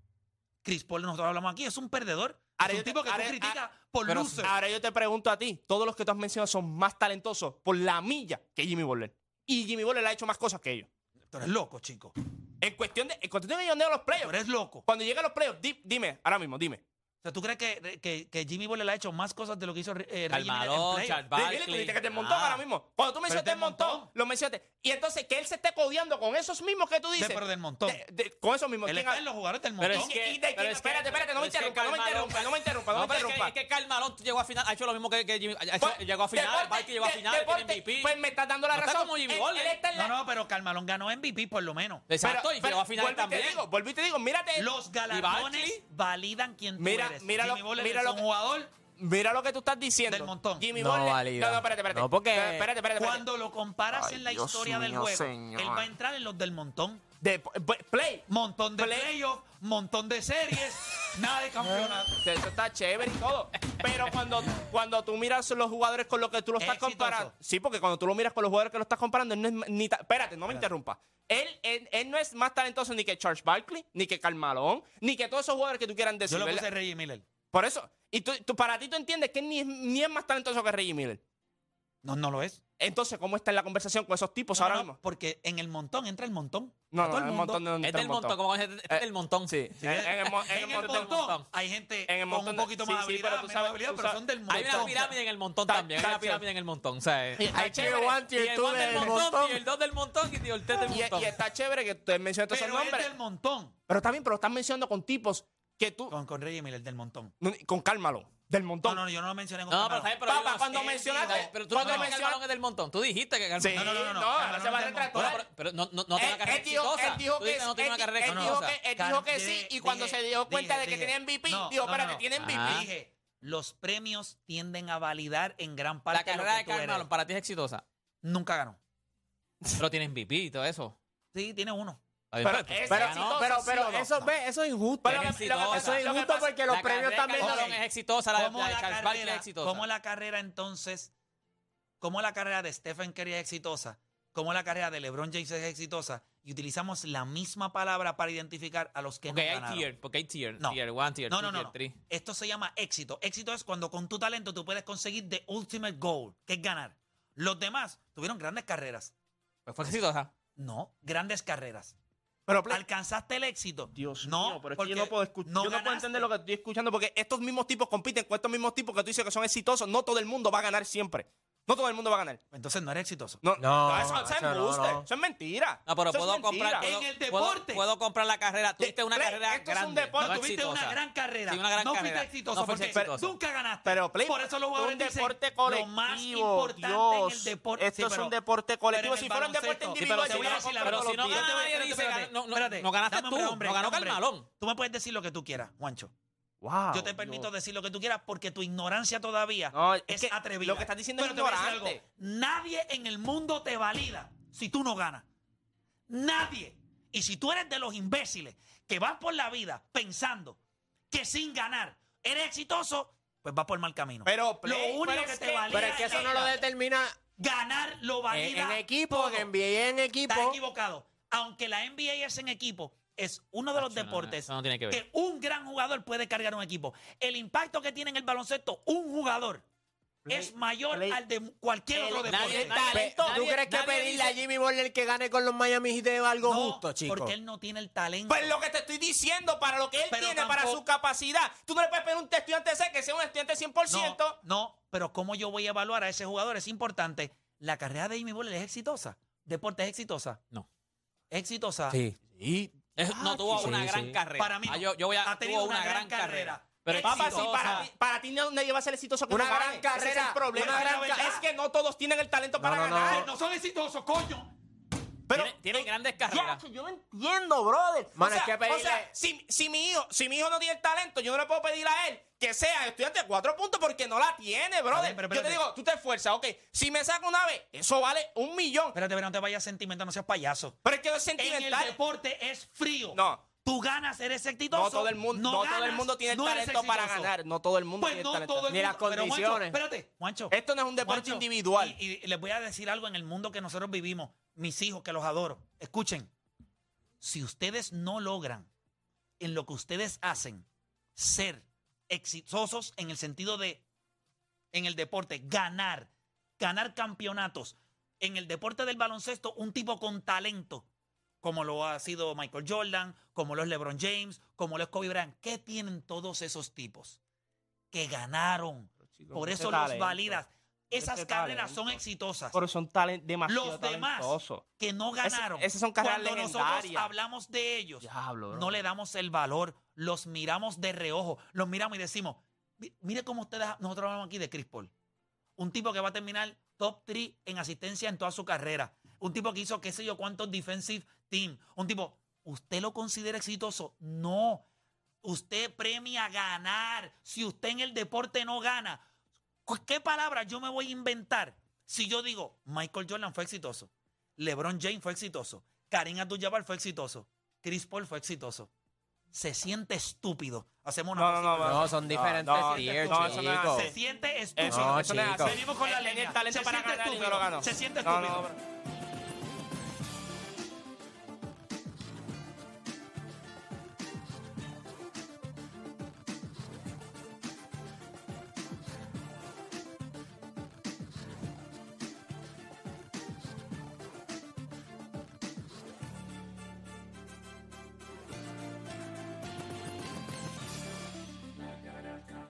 [SPEAKER 2] Chris Paul, nosotros hablamos aquí, es un perdedor.
[SPEAKER 4] Ahora
[SPEAKER 2] es
[SPEAKER 4] yo
[SPEAKER 2] un
[SPEAKER 4] te-
[SPEAKER 2] tipo que
[SPEAKER 4] ahora- ah,
[SPEAKER 2] tú criticas por
[SPEAKER 3] pero-
[SPEAKER 2] luces.
[SPEAKER 4] Ahora yo te pregunto a ti, todos los que tú has mencionado son más talentosos por la milla que Jimmy Butler. Y Jimmy Butler ha hecho más cosas que ellos.
[SPEAKER 2] Tú eres loco, chico. Tú
[SPEAKER 4] En cuestión de, en cuestión de milloneo a los playoffs.
[SPEAKER 2] eres loco.
[SPEAKER 4] Cuando lleguen los playoffs, di- dime, ahora mismo, dime.
[SPEAKER 2] O sea, ¿tú crees que, que, que Jimmy Butler le ha hecho más cosas de lo que hizo eh, Reggie Miller en
[SPEAKER 3] Calmarón,
[SPEAKER 2] playoff?
[SPEAKER 3] Charles
[SPEAKER 4] Dime, tú
[SPEAKER 3] Barkley.
[SPEAKER 4] dijiste que te montó
[SPEAKER 3] Ah.
[SPEAKER 4] ahora mismo. Cuando tú mencionaste
[SPEAKER 2] Pero
[SPEAKER 4] el
[SPEAKER 2] te montó.
[SPEAKER 4] montón, lo mencionaste. Y entonces que él se esté codeando con esos mismos que tú
[SPEAKER 2] De-
[SPEAKER 4] dices.
[SPEAKER 2] pero del montón.
[SPEAKER 4] De- de- con esos mismos.
[SPEAKER 2] Él
[SPEAKER 4] ¿Quién
[SPEAKER 2] está
[SPEAKER 4] ha-
[SPEAKER 2] en los jugadores del
[SPEAKER 3] Pero
[SPEAKER 2] montón.
[SPEAKER 3] es
[SPEAKER 4] ¿Y-
[SPEAKER 3] que-
[SPEAKER 4] y de quién?
[SPEAKER 3] pero es que-
[SPEAKER 4] Espérate, espérate, no me
[SPEAKER 3] pero es que
[SPEAKER 4] interrumpa, no me
[SPEAKER 3] Karl Malone-
[SPEAKER 4] interrumpa, no me interrumpa, no me
[SPEAKER 3] pero es que-
[SPEAKER 4] interrumpa.
[SPEAKER 3] Es que Carl Malone llegó a final, ha hecho lo mismo que, que Jimmy. ha hecho-
[SPEAKER 4] Pues,
[SPEAKER 3] llegó a final,
[SPEAKER 4] deporte,
[SPEAKER 3] Barkley llegó a
[SPEAKER 4] de-
[SPEAKER 3] final,
[SPEAKER 4] deporte,
[SPEAKER 3] tiene MVP.
[SPEAKER 4] Pues me estás dando la
[SPEAKER 3] No está
[SPEAKER 4] razón.
[SPEAKER 3] como Jimmy
[SPEAKER 4] Él-
[SPEAKER 3] Butler.
[SPEAKER 4] él está en la-
[SPEAKER 2] No, no, pero Carmalón ganó MVP por lo menos.
[SPEAKER 3] Exacto,
[SPEAKER 4] Pero-
[SPEAKER 3] y
[SPEAKER 4] pero
[SPEAKER 3] llegó a final
[SPEAKER 4] vuelvo y te
[SPEAKER 3] también.
[SPEAKER 4] digo, Vuelvo y te digo, mírate.
[SPEAKER 2] Los
[SPEAKER 3] Barkley?
[SPEAKER 2] galardones validan quién tú
[SPEAKER 4] Mira,
[SPEAKER 2] eres.
[SPEAKER 4] mira lo-
[SPEAKER 2] Jimmy Butler
[SPEAKER 4] mira
[SPEAKER 2] es
[SPEAKER 4] lo
[SPEAKER 2] un
[SPEAKER 4] que-
[SPEAKER 2] jugador
[SPEAKER 4] Mira lo que tú estás diciendo.
[SPEAKER 2] Del montón.
[SPEAKER 4] Jimmy
[SPEAKER 5] No
[SPEAKER 4] Butler.
[SPEAKER 5] valida.
[SPEAKER 4] No, no, espérate, espérate.
[SPEAKER 5] No, porque-
[SPEAKER 4] Espérate, espérate, espérate.
[SPEAKER 2] Cuando lo comparas
[SPEAKER 6] Ay,
[SPEAKER 2] en la
[SPEAKER 6] Dios
[SPEAKER 2] historia del
[SPEAKER 6] mío,
[SPEAKER 2] juego,
[SPEAKER 6] señor.
[SPEAKER 2] él va a entrar en los del montón.
[SPEAKER 4] De- p- play.
[SPEAKER 2] Montón de
[SPEAKER 4] Play.
[SPEAKER 2] playoffs, montón de series, nada de campeonato.
[SPEAKER 4] Eso está chévere y todo. Pero cuando, cuando tú miras los jugadores con los que tú lo estás
[SPEAKER 2] Exitoso.
[SPEAKER 4] comparando. Sí, porque cuando tú lo miras con los jugadores que lo estás comparando, él no es ma- ni. ta- Espérate, no me interrumpas. Él, él, él no es más talentoso ni que Charles Barkley, ni que Karl Malone, ni que todos esos jugadores que tú quieran
[SPEAKER 2] Yo
[SPEAKER 4] decir.
[SPEAKER 2] lo
[SPEAKER 4] Eh, ¿verdad?
[SPEAKER 2] puse a Reggie Miller.
[SPEAKER 4] Por eso. Y tú, tú- para ti tú entiendes que él ni, es- ni es más talentoso que Reggie Miller.
[SPEAKER 2] No, no lo es.
[SPEAKER 4] Entonces, ¿cómo está en la conversación con esos tipos
[SPEAKER 2] No,
[SPEAKER 4] ahora
[SPEAKER 2] no,
[SPEAKER 4] mismo?
[SPEAKER 2] Porque en el montón entra el montón.
[SPEAKER 4] No,
[SPEAKER 2] A todo el
[SPEAKER 4] no, en el
[SPEAKER 2] mundo.
[SPEAKER 4] montón de donde
[SPEAKER 3] Es
[SPEAKER 4] está
[SPEAKER 3] del
[SPEAKER 4] el
[SPEAKER 3] montón, como es, es
[SPEAKER 4] Eh,
[SPEAKER 3] del montón. Sí.
[SPEAKER 4] En, en el, mo- en el
[SPEAKER 2] En el
[SPEAKER 4] montón.
[SPEAKER 2] montón hay gente
[SPEAKER 4] En el
[SPEAKER 2] con
[SPEAKER 4] montón
[SPEAKER 2] un
[SPEAKER 4] de-
[SPEAKER 2] poquito
[SPEAKER 4] sí,
[SPEAKER 2] más
[SPEAKER 4] sí,
[SPEAKER 2] habilidad,
[SPEAKER 4] pero tú
[SPEAKER 2] menos
[SPEAKER 4] sabes-
[SPEAKER 2] habilidad,
[SPEAKER 4] tú
[SPEAKER 2] pero
[SPEAKER 4] sabes-
[SPEAKER 2] son del montón.
[SPEAKER 3] Hay una pirámide en el montón
[SPEAKER 4] Está-
[SPEAKER 3] también. Hay
[SPEAKER 4] está
[SPEAKER 3] una pirámide en el montón. O sea,
[SPEAKER 4] Y está
[SPEAKER 5] Hay tier
[SPEAKER 4] chévere.
[SPEAKER 5] one,
[SPEAKER 3] tier
[SPEAKER 5] tier
[SPEAKER 3] el
[SPEAKER 5] two
[SPEAKER 3] one del
[SPEAKER 5] del
[SPEAKER 3] montón,
[SPEAKER 5] montón.
[SPEAKER 3] tier el 2 del montón y tier el 3 del
[SPEAKER 4] Y,
[SPEAKER 3] montón.
[SPEAKER 4] y está chévere que tú mencionaste esos
[SPEAKER 2] Pero es
[SPEAKER 4] nombres.
[SPEAKER 2] del montón.
[SPEAKER 4] Pero está bien, pero lo estás mencionando con tipos que tú.
[SPEAKER 2] Con, con Reggie Miller, del montón.
[SPEAKER 4] No, Con cálmalo. Del
[SPEAKER 2] No,
[SPEAKER 4] montón.
[SPEAKER 2] no, no, yo no lo mencioné con
[SPEAKER 3] No,
[SPEAKER 2] Carmelo.
[SPEAKER 3] pero está bien, pero yo
[SPEAKER 4] Papá,
[SPEAKER 3] no
[SPEAKER 4] cuando
[SPEAKER 3] sé,
[SPEAKER 4] mencionaste-
[SPEAKER 3] sí, Pero tú no dijiste
[SPEAKER 4] cuando
[SPEAKER 3] que
[SPEAKER 4] menciona-
[SPEAKER 3] Carmelo es del montón. Tú dijiste que Carmelo
[SPEAKER 4] Sí,
[SPEAKER 2] no, no, no, no, no,
[SPEAKER 4] ahora
[SPEAKER 2] Carmelo
[SPEAKER 4] se va a
[SPEAKER 2] no es del
[SPEAKER 4] retractar.
[SPEAKER 3] Bueno, pero, pero no, no, no tiene
[SPEAKER 4] Él-
[SPEAKER 3] una carrera
[SPEAKER 4] él dijo-
[SPEAKER 3] exitosa.
[SPEAKER 4] él dijo
[SPEAKER 3] Tú
[SPEAKER 4] que
[SPEAKER 3] dices, no tiene
[SPEAKER 4] él
[SPEAKER 3] una
[SPEAKER 4] di-
[SPEAKER 3] carrera
[SPEAKER 4] él dijo
[SPEAKER 3] exitosa.
[SPEAKER 4] que- él
[SPEAKER 2] Carmen,
[SPEAKER 4] dijo que
[SPEAKER 2] dije-
[SPEAKER 4] sí y cuando
[SPEAKER 2] dije-
[SPEAKER 4] se dio cuenta
[SPEAKER 2] dije,
[SPEAKER 4] de que
[SPEAKER 2] dije.
[SPEAKER 4] tenía MVP,
[SPEAKER 2] No,
[SPEAKER 4] dijo,
[SPEAKER 2] no, no,
[SPEAKER 4] espérate,
[SPEAKER 2] no.
[SPEAKER 4] tiene MVP.
[SPEAKER 3] Ah.
[SPEAKER 2] Dije, los premios tienden a validar en gran parte
[SPEAKER 3] La carrera
[SPEAKER 2] lo
[SPEAKER 3] de
[SPEAKER 2] que tú eres.
[SPEAKER 3] Carmelo para ti es exitosa.
[SPEAKER 2] Nunca ganó.
[SPEAKER 3] Pero tiene MVP y todo eso.
[SPEAKER 2] Sí, tiene uno.
[SPEAKER 4] Pero
[SPEAKER 3] Pero,
[SPEAKER 4] es
[SPEAKER 5] Pero,
[SPEAKER 4] exitosa,
[SPEAKER 5] pero,
[SPEAKER 4] ¿sí
[SPEAKER 5] pero
[SPEAKER 4] o no?
[SPEAKER 5] eso, ve, eso es injusto.
[SPEAKER 4] Pero lo que-
[SPEAKER 5] eso
[SPEAKER 4] lo que pasa-
[SPEAKER 5] es
[SPEAKER 4] lo que
[SPEAKER 5] injusto
[SPEAKER 4] pasa-
[SPEAKER 5] porque los
[SPEAKER 3] la
[SPEAKER 5] premios
[SPEAKER 3] carrera
[SPEAKER 5] también...
[SPEAKER 3] de
[SPEAKER 5] los-
[SPEAKER 3] Colón es exitosa, la,
[SPEAKER 2] ¿Cómo
[SPEAKER 3] la de
[SPEAKER 2] la,
[SPEAKER 3] Charles Barkley es
[SPEAKER 2] carrera,
[SPEAKER 3] exitosa.
[SPEAKER 2] cómo la carrera entonces, cómo la carrera de Stephen Curry es exitosa, cómo la carrera de LeBron James es exitosa, y utilizamos la misma palabra para identificar a los que
[SPEAKER 3] porque
[SPEAKER 2] no
[SPEAKER 3] hay
[SPEAKER 2] ganaron.
[SPEAKER 3] tier, porque hay tier.
[SPEAKER 2] No.
[SPEAKER 3] Tier 1, tier 2,
[SPEAKER 2] No, no, no,
[SPEAKER 3] tier
[SPEAKER 2] no.
[SPEAKER 3] 3.
[SPEAKER 2] Esto se llama éxito. Éxito es cuando con tu talento tú puedes conseguir the ultimate goal, que es ganar. Los demás tuvieron grandes carreras.
[SPEAKER 3] Pues fue exitosa.
[SPEAKER 2] No, grandes carreras.
[SPEAKER 4] Pero Play-
[SPEAKER 2] ¿Alcanzaste el éxito?
[SPEAKER 4] Dios
[SPEAKER 2] no,
[SPEAKER 4] mío, pero es que
[SPEAKER 2] porque
[SPEAKER 4] yo no puedo escuchar. yo no puedo
[SPEAKER 2] ganaste.
[SPEAKER 4] entender lo que estoy escuchando porque estos mismos tipos compiten con estos mismos tipos que tú dices que son exitosos. No todo el mundo va a ganar siempre. No todo el mundo va a ganar.
[SPEAKER 2] Entonces no eres exitoso.
[SPEAKER 4] No,
[SPEAKER 5] No,
[SPEAKER 4] eso, eso es
[SPEAKER 5] macho, no,
[SPEAKER 4] embuste,
[SPEAKER 5] no.
[SPEAKER 4] Eso es mentira.
[SPEAKER 3] No, pero
[SPEAKER 4] Eso es
[SPEAKER 3] puedo
[SPEAKER 4] mentira.
[SPEAKER 3] comprar. Puedo,
[SPEAKER 2] En el
[SPEAKER 3] puedo-
[SPEAKER 2] deporte.
[SPEAKER 3] Puedo, comprar la carrera. Tuviste una
[SPEAKER 4] Play,
[SPEAKER 3] carrera
[SPEAKER 4] esto es un
[SPEAKER 3] grande.
[SPEAKER 4] deporte.
[SPEAKER 3] no
[SPEAKER 2] tuviste
[SPEAKER 3] exitosa.
[SPEAKER 2] una gran carrera.
[SPEAKER 3] Sí, una gran
[SPEAKER 2] no
[SPEAKER 3] carrera.
[SPEAKER 2] fuiste exitoso
[SPEAKER 3] No fuiste
[SPEAKER 2] porque
[SPEAKER 3] exitoso.
[SPEAKER 2] nunca ganaste.
[SPEAKER 4] Pero Play,
[SPEAKER 2] Por eso los
[SPEAKER 4] es un
[SPEAKER 2] jugadores dicen,
[SPEAKER 4] deporte
[SPEAKER 2] lo más
[SPEAKER 4] colectivo.
[SPEAKER 2] importante en
[SPEAKER 4] Dios,
[SPEAKER 2] el deporte.
[SPEAKER 4] esto
[SPEAKER 2] Sí,
[SPEAKER 4] es
[SPEAKER 2] pero-
[SPEAKER 4] un deporte
[SPEAKER 2] pero
[SPEAKER 4] colectivo.
[SPEAKER 2] en
[SPEAKER 4] Si
[SPEAKER 2] el
[SPEAKER 4] fuera un deporte
[SPEAKER 2] baloncesto-
[SPEAKER 4] individual,
[SPEAKER 2] Sí, pero te voy a
[SPEAKER 4] yo
[SPEAKER 2] decir
[SPEAKER 4] no
[SPEAKER 2] la
[SPEAKER 4] compro
[SPEAKER 3] Pero
[SPEAKER 2] verdad.
[SPEAKER 3] si no
[SPEAKER 4] los
[SPEAKER 2] Yo te voy
[SPEAKER 3] gana
[SPEAKER 2] a-
[SPEAKER 3] nadie,
[SPEAKER 2] espérate,
[SPEAKER 3] dice,
[SPEAKER 2] espérate,
[SPEAKER 3] no- no-
[SPEAKER 2] espérate.
[SPEAKER 3] no ganaste
[SPEAKER 2] Dame
[SPEAKER 3] tú,
[SPEAKER 2] hombre,
[SPEAKER 3] no
[SPEAKER 2] hombre,
[SPEAKER 3] ganó
[SPEAKER 2] dame hombre.
[SPEAKER 3] Carmalón.
[SPEAKER 2] Tú me puedes decir lo que tú quieras, Juancho.
[SPEAKER 4] Wow,
[SPEAKER 2] Yo te permito decir lo que tú quieras porque tu ignorancia todavía
[SPEAKER 4] Oh, No, es
[SPEAKER 2] es,
[SPEAKER 4] que
[SPEAKER 2] atrevida.
[SPEAKER 4] lo que estás diciendo
[SPEAKER 2] Pero
[SPEAKER 4] es
[SPEAKER 2] te voy a decir
[SPEAKER 4] ignorante.
[SPEAKER 2] algo. Nadie en el mundo te valida si tú no ganas. Nadie. Y si tú eres de los imbéciles que van por la vida pensando que sin ganar eres exitoso, pues vas por mal camino.
[SPEAKER 4] Pero, Play,
[SPEAKER 2] lo único
[SPEAKER 4] pero
[SPEAKER 2] que
[SPEAKER 4] es
[SPEAKER 2] te
[SPEAKER 4] que-
[SPEAKER 2] valida
[SPEAKER 5] Pero es que eso no lo
[SPEAKER 2] ganar.
[SPEAKER 5] determina
[SPEAKER 2] Ganar lo
[SPEAKER 5] en,
[SPEAKER 2] valida
[SPEAKER 5] en equipo,
[SPEAKER 2] todo.
[SPEAKER 5] en NBA en
[SPEAKER 2] Estás
[SPEAKER 5] equipo.
[SPEAKER 2] equivocado. Aunque la NBA es en equipo, es uno de los
[SPEAKER 3] Eso no-
[SPEAKER 2] deportes
[SPEAKER 3] eso no tiene que ver.
[SPEAKER 2] que un gran jugador puede cargar un equipo. El impacto que tiene en el baloncesto un jugador es mayor
[SPEAKER 4] Play.
[SPEAKER 2] al de cualquier otro deporte.
[SPEAKER 3] nadie-
[SPEAKER 5] Pe-
[SPEAKER 3] talento.
[SPEAKER 5] ¿Tú
[SPEAKER 3] Nadie-
[SPEAKER 5] crees que
[SPEAKER 3] nadie
[SPEAKER 5] pedirle a
[SPEAKER 3] dice-
[SPEAKER 5] Jimmy Butler que gane con los Miami Heat es algo
[SPEAKER 2] No,
[SPEAKER 5] justo, chico?
[SPEAKER 2] Porque él no tiene el talento.
[SPEAKER 4] Pues lo que te estoy diciendo, para lo que él
[SPEAKER 2] Pero
[SPEAKER 4] tiene, para
[SPEAKER 2] tampoco-
[SPEAKER 4] su capacidad. Tú no le puedes pedir a un estudiante ese que sea un estudiante 100%.
[SPEAKER 2] no, no, pero cómo yo voy a evaluar a ese jugador es importante. La carrera de Jimmy Butler es exitosa. Deporte es exitosa.
[SPEAKER 3] No.
[SPEAKER 2] ¿Es exitosa.
[SPEAKER 5] Sí.
[SPEAKER 3] Es- no tuvo
[SPEAKER 5] Ah, sí,
[SPEAKER 3] una
[SPEAKER 5] sí.
[SPEAKER 3] gran carrera.
[SPEAKER 2] Para mí no.
[SPEAKER 3] Ah, yo, yo voy a,
[SPEAKER 2] Ha tenido
[SPEAKER 3] tuvo
[SPEAKER 2] una gran carrera.
[SPEAKER 3] Pero
[SPEAKER 2] Éxito.
[SPEAKER 4] Papá,
[SPEAKER 3] exitosa.
[SPEAKER 4] si para ti, para ti no- nadie va a ser exitoso que
[SPEAKER 5] Una
[SPEAKER 4] no
[SPEAKER 5] gran
[SPEAKER 4] gane.
[SPEAKER 5] carrera,
[SPEAKER 4] Ese es el problema.
[SPEAKER 5] una gran
[SPEAKER 4] es que no todos tienen el talento para
[SPEAKER 5] no, no.
[SPEAKER 4] ganar.
[SPEAKER 2] Ay, no son exitosos, coño.
[SPEAKER 4] Pero
[SPEAKER 3] Tiene- tiene
[SPEAKER 4] eh,
[SPEAKER 3] grandes carreras.
[SPEAKER 4] ya, yo no entiendo, brother. o
[SPEAKER 5] Mano,
[SPEAKER 4] sea,
[SPEAKER 5] es que pedirle-
[SPEAKER 4] o sea, si, si mi hijo, si mi hijo no tiene el talento, yo no le puedo pedir a él que sea estudiante de cuatro puntos porque no la tiene, brother.
[SPEAKER 2] bien, pero
[SPEAKER 4] yo te
[SPEAKER 2] espérate.
[SPEAKER 4] digo, tú te esfuerzas, ok. Si me saco una vez, eso vale un millón.
[SPEAKER 2] Espérate, pero no te vayas sentimental, no seas payaso.
[SPEAKER 4] Pero es que no es
[SPEAKER 2] En el
[SPEAKER 4] sentimental.
[SPEAKER 2] deporte es frío.
[SPEAKER 4] No.
[SPEAKER 2] Tú ganas, eres exitoso.
[SPEAKER 4] No todo el mundo, no, todo el
[SPEAKER 2] ganas,
[SPEAKER 4] mundo tiene el
[SPEAKER 2] no eres
[SPEAKER 4] talento para
[SPEAKER 2] exitoso.
[SPEAKER 4] ganar. No todo el mundo
[SPEAKER 2] Pues
[SPEAKER 4] tiene
[SPEAKER 2] no
[SPEAKER 4] talento.
[SPEAKER 2] todo el
[SPEAKER 5] Ni las
[SPEAKER 2] mundo. Pero, Juancho,
[SPEAKER 5] condiciones.
[SPEAKER 2] espérate, Juancho.
[SPEAKER 4] Esto no es un deporte
[SPEAKER 2] Juancho,
[SPEAKER 4] individual.
[SPEAKER 2] Y, y les voy a decir algo en el mundo que nosotros vivimos, mis hijos que los adoro. Escuchen, si ustedes no logran en lo que ustedes hacen ser exitosos en el sentido de, en el deporte, ganar, ganar campeonatos, en el deporte del baloncesto, un tipo con talento, como lo ha sido Michael Jordan, como lo es LeBron James, como lo es Kobe Bryant, ¿qué tienen todos esos tipos? Que ganaron. Por eso los validas. Esas
[SPEAKER 4] Ese
[SPEAKER 2] carreras son
[SPEAKER 4] talento.
[SPEAKER 2] exitosas.
[SPEAKER 4] Pero son talen- demasiado
[SPEAKER 2] Los demás
[SPEAKER 4] talentosos.
[SPEAKER 2] que no ganaron.
[SPEAKER 4] esas son carreras
[SPEAKER 2] Cuando nosotros
[SPEAKER 4] legendarias.
[SPEAKER 2] hablamos de ellos,
[SPEAKER 4] Diablo, bro.
[SPEAKER 2] no le damos el valor. Los miramos de reojo. Los miramos y decimos, "Mi- mire cómo ustedes, nosotros hablamos aquí de Chris Paul. Un tipo que va a terminar top 3 en asistencia en toda su carrera. Un tipo que hizo qué sé yo cuántos defensive team. Un tipo, ¿usted lo considera exitoso? No. Usted premia ganar. Si usted en el deporte no gana, ¿cu- Pues, ¿qué palabra yo me voy a inventar? Si yo digo, Michael Jordan fue exitoso, LeBron James fue exitoso, Karim Abdul-Jabbar fue exitoso, Chris Paul fue exitoso. Se siente estúpido. Hacemos una
[SPEAKER 4] No, no,
[SPEAKER 2] pausa.
[SPEAKER 4] no,
[SPEAKER 5] No, son diferentes
[SPEAKER 4] no,
[SPEAKER 5] tiers,
[SPEAKER 4] no, eso no es
[SPEAKER 5] chico.
[SPEAKER 4] así.
[SPEAKER 2] Se siente estúpido.
[SPEAKER 4] Eso,
[SPEAKER 5] No,
[SPEAKER 4] eso no es
[SPEAKER 5] chico.
[SPEAKER 4] así.
[SPEAKER 2] Venimos con la
[SPEAKER 4] Él tenía
[SPEAKER 2] línea.
[SPEAKER 4] el talento
[SPEAKER 2] Se
[SPEAKER 4] para
[SPEAKER 2] siente
[SPEAKER 4] ganar y no
[SPEAKER 2] estúpido.
[SPEAKER 4] lo ganó.
[SPEAKER 2] Se siente
[SPEAKER 4] No,
[SPEAKER 2] estúpido.
[SPEAKER 4] no, bro.